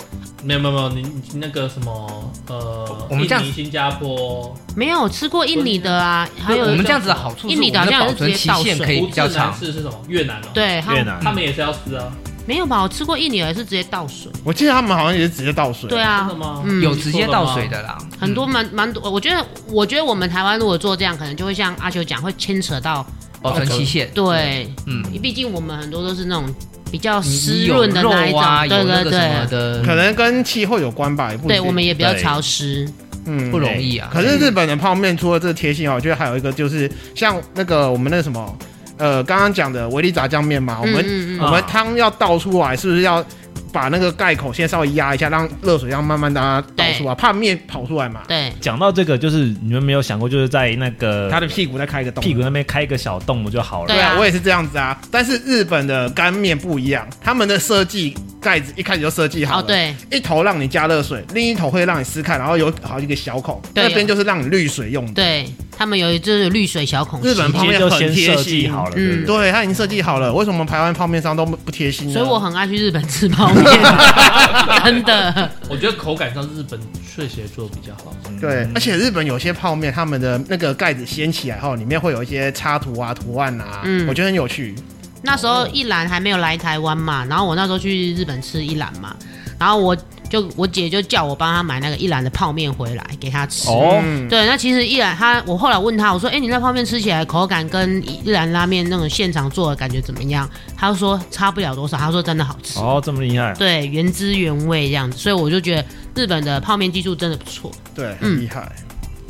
C: 没有没有没有，你你那个什么呃，
D: 我们这样
C: 印尼新加坡
B: 没有吃过印尼的啊，还有
D: 我们这样子的好处是
B: 印尼
D: 我
B: 的
D: 们
B: 好像
D: 的保
B: 是
D: 存
B: 直
D: 期
B: 接倒
D: 限
B: 水
D: 可以
C: 胡
D: 比
C: 志
D: 较
C: 南
D: 长。嗯
C: 是是什么？越南哦，
B: 对，他
E: 越
B: 们
E: 南
C: 他们也是要撕啊，
B: 没有吧？我吃过印尼的是直接倒水。
A: 我记得他们好像也是直接倒水。
B: 对，
C: 真
B: 啊
C: 的，吗？
B: 嗯
D: 有直接倒水的啦，
B: 很多蛮蛮多，我觉得，我觉得我们台湾如果做这样，可能就会像阿修讲，会牵扯到
D: 保存期限。
B: 对，
D: 嗯，
B: 毕竟我们很多都是那种比较
D: 你
B: 湿
D: 你有
B: 润的
D: 肉
B: 那一种，
D: 啊，有
B: 对
D: 那
B: 对
D: 个什么
B: 对，
D: 的，
A: 可能跟气候有关吧，也不一定
B: 对我们也比较
E: 对
B: 潮湿，
A: 嗯
D: 不容易啊。
A: 可是日本的泡面除了这个贴心啊，我觉得还有一个就是像那个我们那个什么，
D: 啊
A: 呃，刚刚讲的维力炸酱面嘛，我们、
B: 嗯嗯嗯
A: 我们汤要倒出来，是不是要把那个盖口先稍微压一下，让热水这样慢慢让它倒出来，怕面跑出来嘛。
B: 对，
E: 讲到这个，就是你们没有想过，就是在那个
A: 它的屁股再开一个洞，
E: 屁股那边开一个小洞不就好了
B: 对？
A: 对啊
B: 啊，
A: 我也是这样子啊。但是日本的干面不一样，他们的设计盖子一开始就设计好
B: 哦
A: 了，，
D: 嗯
B: 对，
A: 一头让你加热水，另一头会让你撕开，然后有好几个小孔，
B: 对
A: 那边就是让你滤水用的。
B: 对他们有一就是滤水小孔
A: 日
B: 隙，
A: 本
E: 直
A: 泡
E: 接
A: 面
E: 就
A: 很
E: 先
A: 贴
E: 设计
A: 心，
E: 好了，
B: 嗯
E: 对不对
A: 对，它已经设计好了。为什么台湾泡面商都不贴心呢？
B: 所以我很爱去日本吃泡
D: [LAUGHS]
B: 面，真的。
C: 我觉得口感上日本确实也做得比较好。
A: 对，嗯而且日本有些泡面，他们的那个盖子掀起来后，里面会有一些插图啊、图案啊，
B: 嗯
A: 我觉得很有趣。
B: 那时候一兰还没有来台湾嘛，然后我那时候去日本吃一兰嘛，然后我就我姐就叫我帮她买那个一兰的泡面回来给她吃。
E: 哦
A: 嗯，
B: 对，那其实一兰她，我后来问她，我说：“哎、你那泡面吃起来口感跟一兰拉面那种现场做的感觉怎么样？”她就说差不了多少，她说真的好吃，
E: 哦，这么厉害，
B: 对，原汁原味这样子，所以我就觉得日本的泡面技术真的不错。
A: 对，很厉害。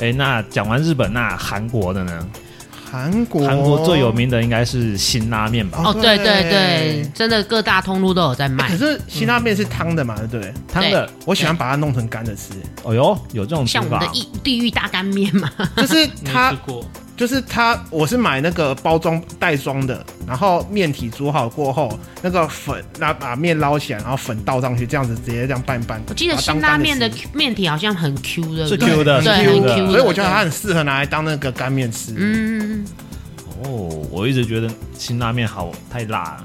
E: 哎，那讲完日本，那韩国的呢？
A: 韩国，
E: 韩国最有名的应该是辛拉面吧？
B: 哦，对对对，真的各大通路都有在卖
A: 哎 [LAUGHS] 可。是辛拉面是汤的嘛，对不对？
E: 汤的，
A: 我喜欢把它弄成干的吃，
E: 哦呦，有这种吃
B: 像我们
E: 法
B: 的地地狱大干面嘛，
A: 就是
C: 没
A: 它
B: 嗯
C: 吃过，
A: 就是它，我是买那个包装袋装的，然后面体煮好过后，那个粉那把面捞起来，然后粉倒上去，这样子直接这样拌一拌。
B: 我记得
A: 把它当
B: 辛拉
A: 干
B: 面的
A: 吃
B: Q- 面体好像很 Q 的，
E: 是
B: 对
E: Q 的，是
B: 对很
E: Q
B: 的
E: 的
A: 所以。我觉得它很适合拿来当那个干面吃。
B: 嗯，
E: 哦，我一直觉得辛拉面好太辣
A: [LAUGHS]
E: 了，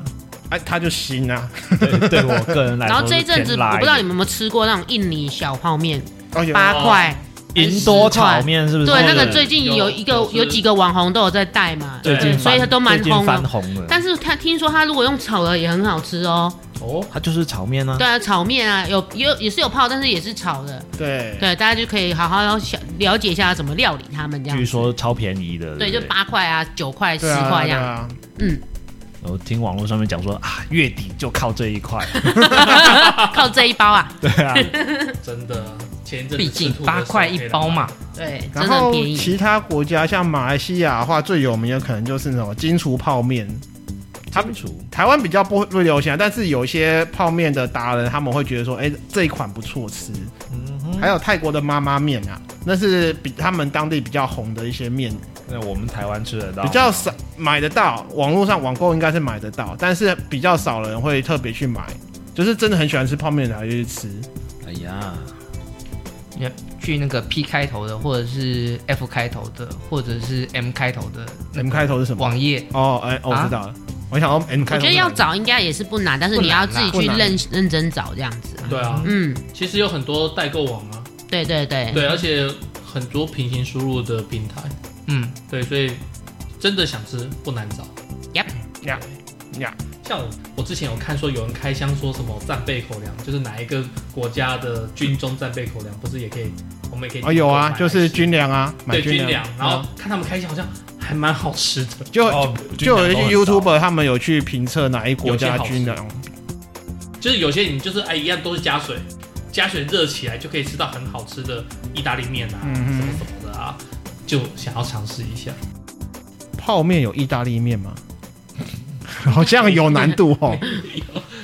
A: 哎，它就腥啊！
B: 嗯
E: 对，对我个人来说
B: 然后这一阵子
E: 是偏辣
B: 我
E: 点
B: 不知道你们有没有吃过那种印尼小泡面，
A: 哦，有
B: 八块，
E: 银多炒面是不是？
B: 对，那
C: 对
B: 个最近有一个
C: 有
B: 有几个网红都有在带嘛，
E: 最近
B: 对，
E: 翻
B: 所以它都蛮
E: 最近
B: 红
E: 翻
B: 的。
E: 红了，
B: 但是他听说他如果用炒的也很好吃哦，
C: 哦，
E: 它就是炒面啊
B: 对。啊，炒面啊，有也有也是有泡，但是也是炒的，
A: 对，
B: 对，大家就可以好好要想了解一下怎么料理他们这样
E: 据
B: 子。
E: 说超便宜的，
B: 啊对，
E: 不
B: 就八块啊、九块、十
A: 对啊，
B: 块这
A: 对
B: 样。
A: 啊，
B: 嗯，
E: 我听网络上面讲说啊，月底就靠这一
A: [LAUGHS]
E: 块，
B: 靠这一包啊，
E: 对啊，
C: 真的，前一阵子
D: 毕竟
C: 吃兔的时候
D: 八块一包嘛，
B: 对，
A: 然
B: 真的很
A: 后
B: 便宜。
A: 其他国家像马来西亚的话，最有名的可能就是那种金厨泡面。他们
E: 楚
A: 台湾比较不不流行啊，但是有一些泡面的达人，他们会觉得说，哎、这一款不错吃。还有泰国的妈妈面啊，那是比他们当地比较红的一些面，
E: 那我们台湾吃得到
A: 比较少买得到，网络上网购应该是买得到，但是比较少人会特别去买。就是真的很喜欢吃泡面的人才会去吃，
E: 哎呀，
D: 去那个 P 开头的，或者是 F 开头的，或者是 M 开头的
A: 你们开头是什么？
D: 网页，
A: 哦，哎、哦我知道了，我想要 M
B: 啊我
A: 开头。
B: 觉得要，找应该也是不难，但是你要自己
A: 不
B: 去
A: 难啊
B: 认认真找这样子啊。
C: 对啊，
B: 嗯，
C: 其实有很多代购网啊，
B: 对对对，
C: 对，而且很多平行输入的平台，
D: 嗯，
C: 对，所以真的想吃不难找。
B: Yep
A: 呀呀
C: 像我，我之前有看说有人开箱说什么战备口粮，就是哪一个国家的军中战备口粮，不是也可以，我们也可以
A: 哦有啊
C: 买，来
A: 就是
C: 吃
A: 军粮啊，买
C: 对军粮，然后
A: 嗯
C: 看他们开箱好像还蛮好吃的，
A: 就
E: 哦
A: 就有一些
E: 军粮都很少
A: YouTuber 他们有去评测哪一国家
C: 有些好吃
A: 军粮，
C: 就是有些你就是哎一样都是加水，加水热起来就可以吃到很好吃的意大利面啊，
A: 嗯
C: 什
A: 哼
C: 么什么的啊，就想要尝试一下。
A: 泡面有意大利面吗？ [LAUGHS] 好像有难度 [LAUGHS] 哦。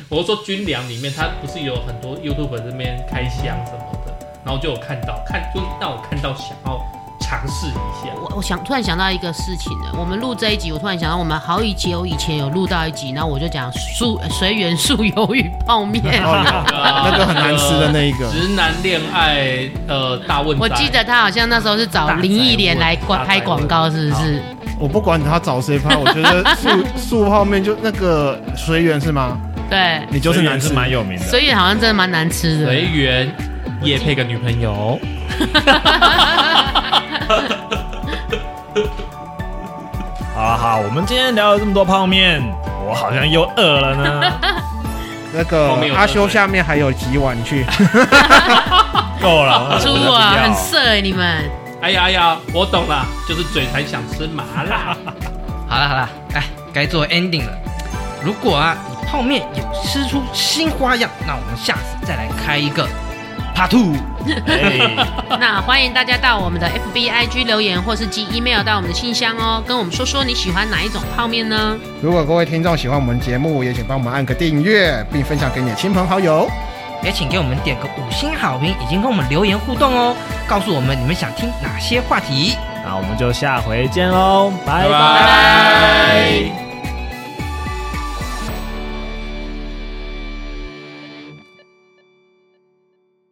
C: 我是说军粮里面，它不是有很多 YouTube 这边开箱什么的，然后就有看到，看就让我看到想要尝试一下。
B: 我我想突然想到一个事情呢，我们录这一集，我突然想到我们好久以前有录到一集，然后我就讲素呃随缘素鱿鱼泡
E: [LAUGHS]
B: 面，
A: 哦，有那个很难吃的那一个
C: [LAUGHS] 呃啊直男恋爱呃大问
B: 我
C: 题，
B: 记得他好像那时候是找林忆莲来广拍广告，是不是？
A: 我不管他找谁拍，我觉得素素泡面就那个随缘是吗？
B: 对，
A: 你就是难吃
E: 是蛮有名的，
B: 所以好像真的蛮难吃
C: 随
E: [LAUGHS]
B: 的。
C: 缘也配个女朋友。
E: 好啊好啊，我们今天聊了这么多泡面，我好像又饿了呢，
A: 那个
C: 泡面有
A: 阿修下面还有几碗你去，
E: 够了，
B: [LAUGHS] 猪
E: 我不
B: 啊，
E: 要
B: 很色哎、你们。
C: 哎呀哎呀，我懂了，就是嘴馋想吃麻
B: [LAUGHS]
C: 辣。
D: 好了好了，哎，该做 ending 了。如果啊，你泡面有吃出新花样，那我们下次再来开一个 p
E: Part Two，
B: 那欢迎大家到我们的 FBIG 留言，或是寄 email 到我们的信箱哦，跟我们说说你喜欢哪一种泡面呢？
F: 如果各位听众喜欢我们节目，也请帮我们按个订阅，并分享给你的亲朋好友。
D: 也请给我们点个五星好评，已经跟我们留言互动哦，告诉我们你们想听哪些话题。
E: 那我们就下回见喽，拜
C: 拜
E: 拜。
C: 拜。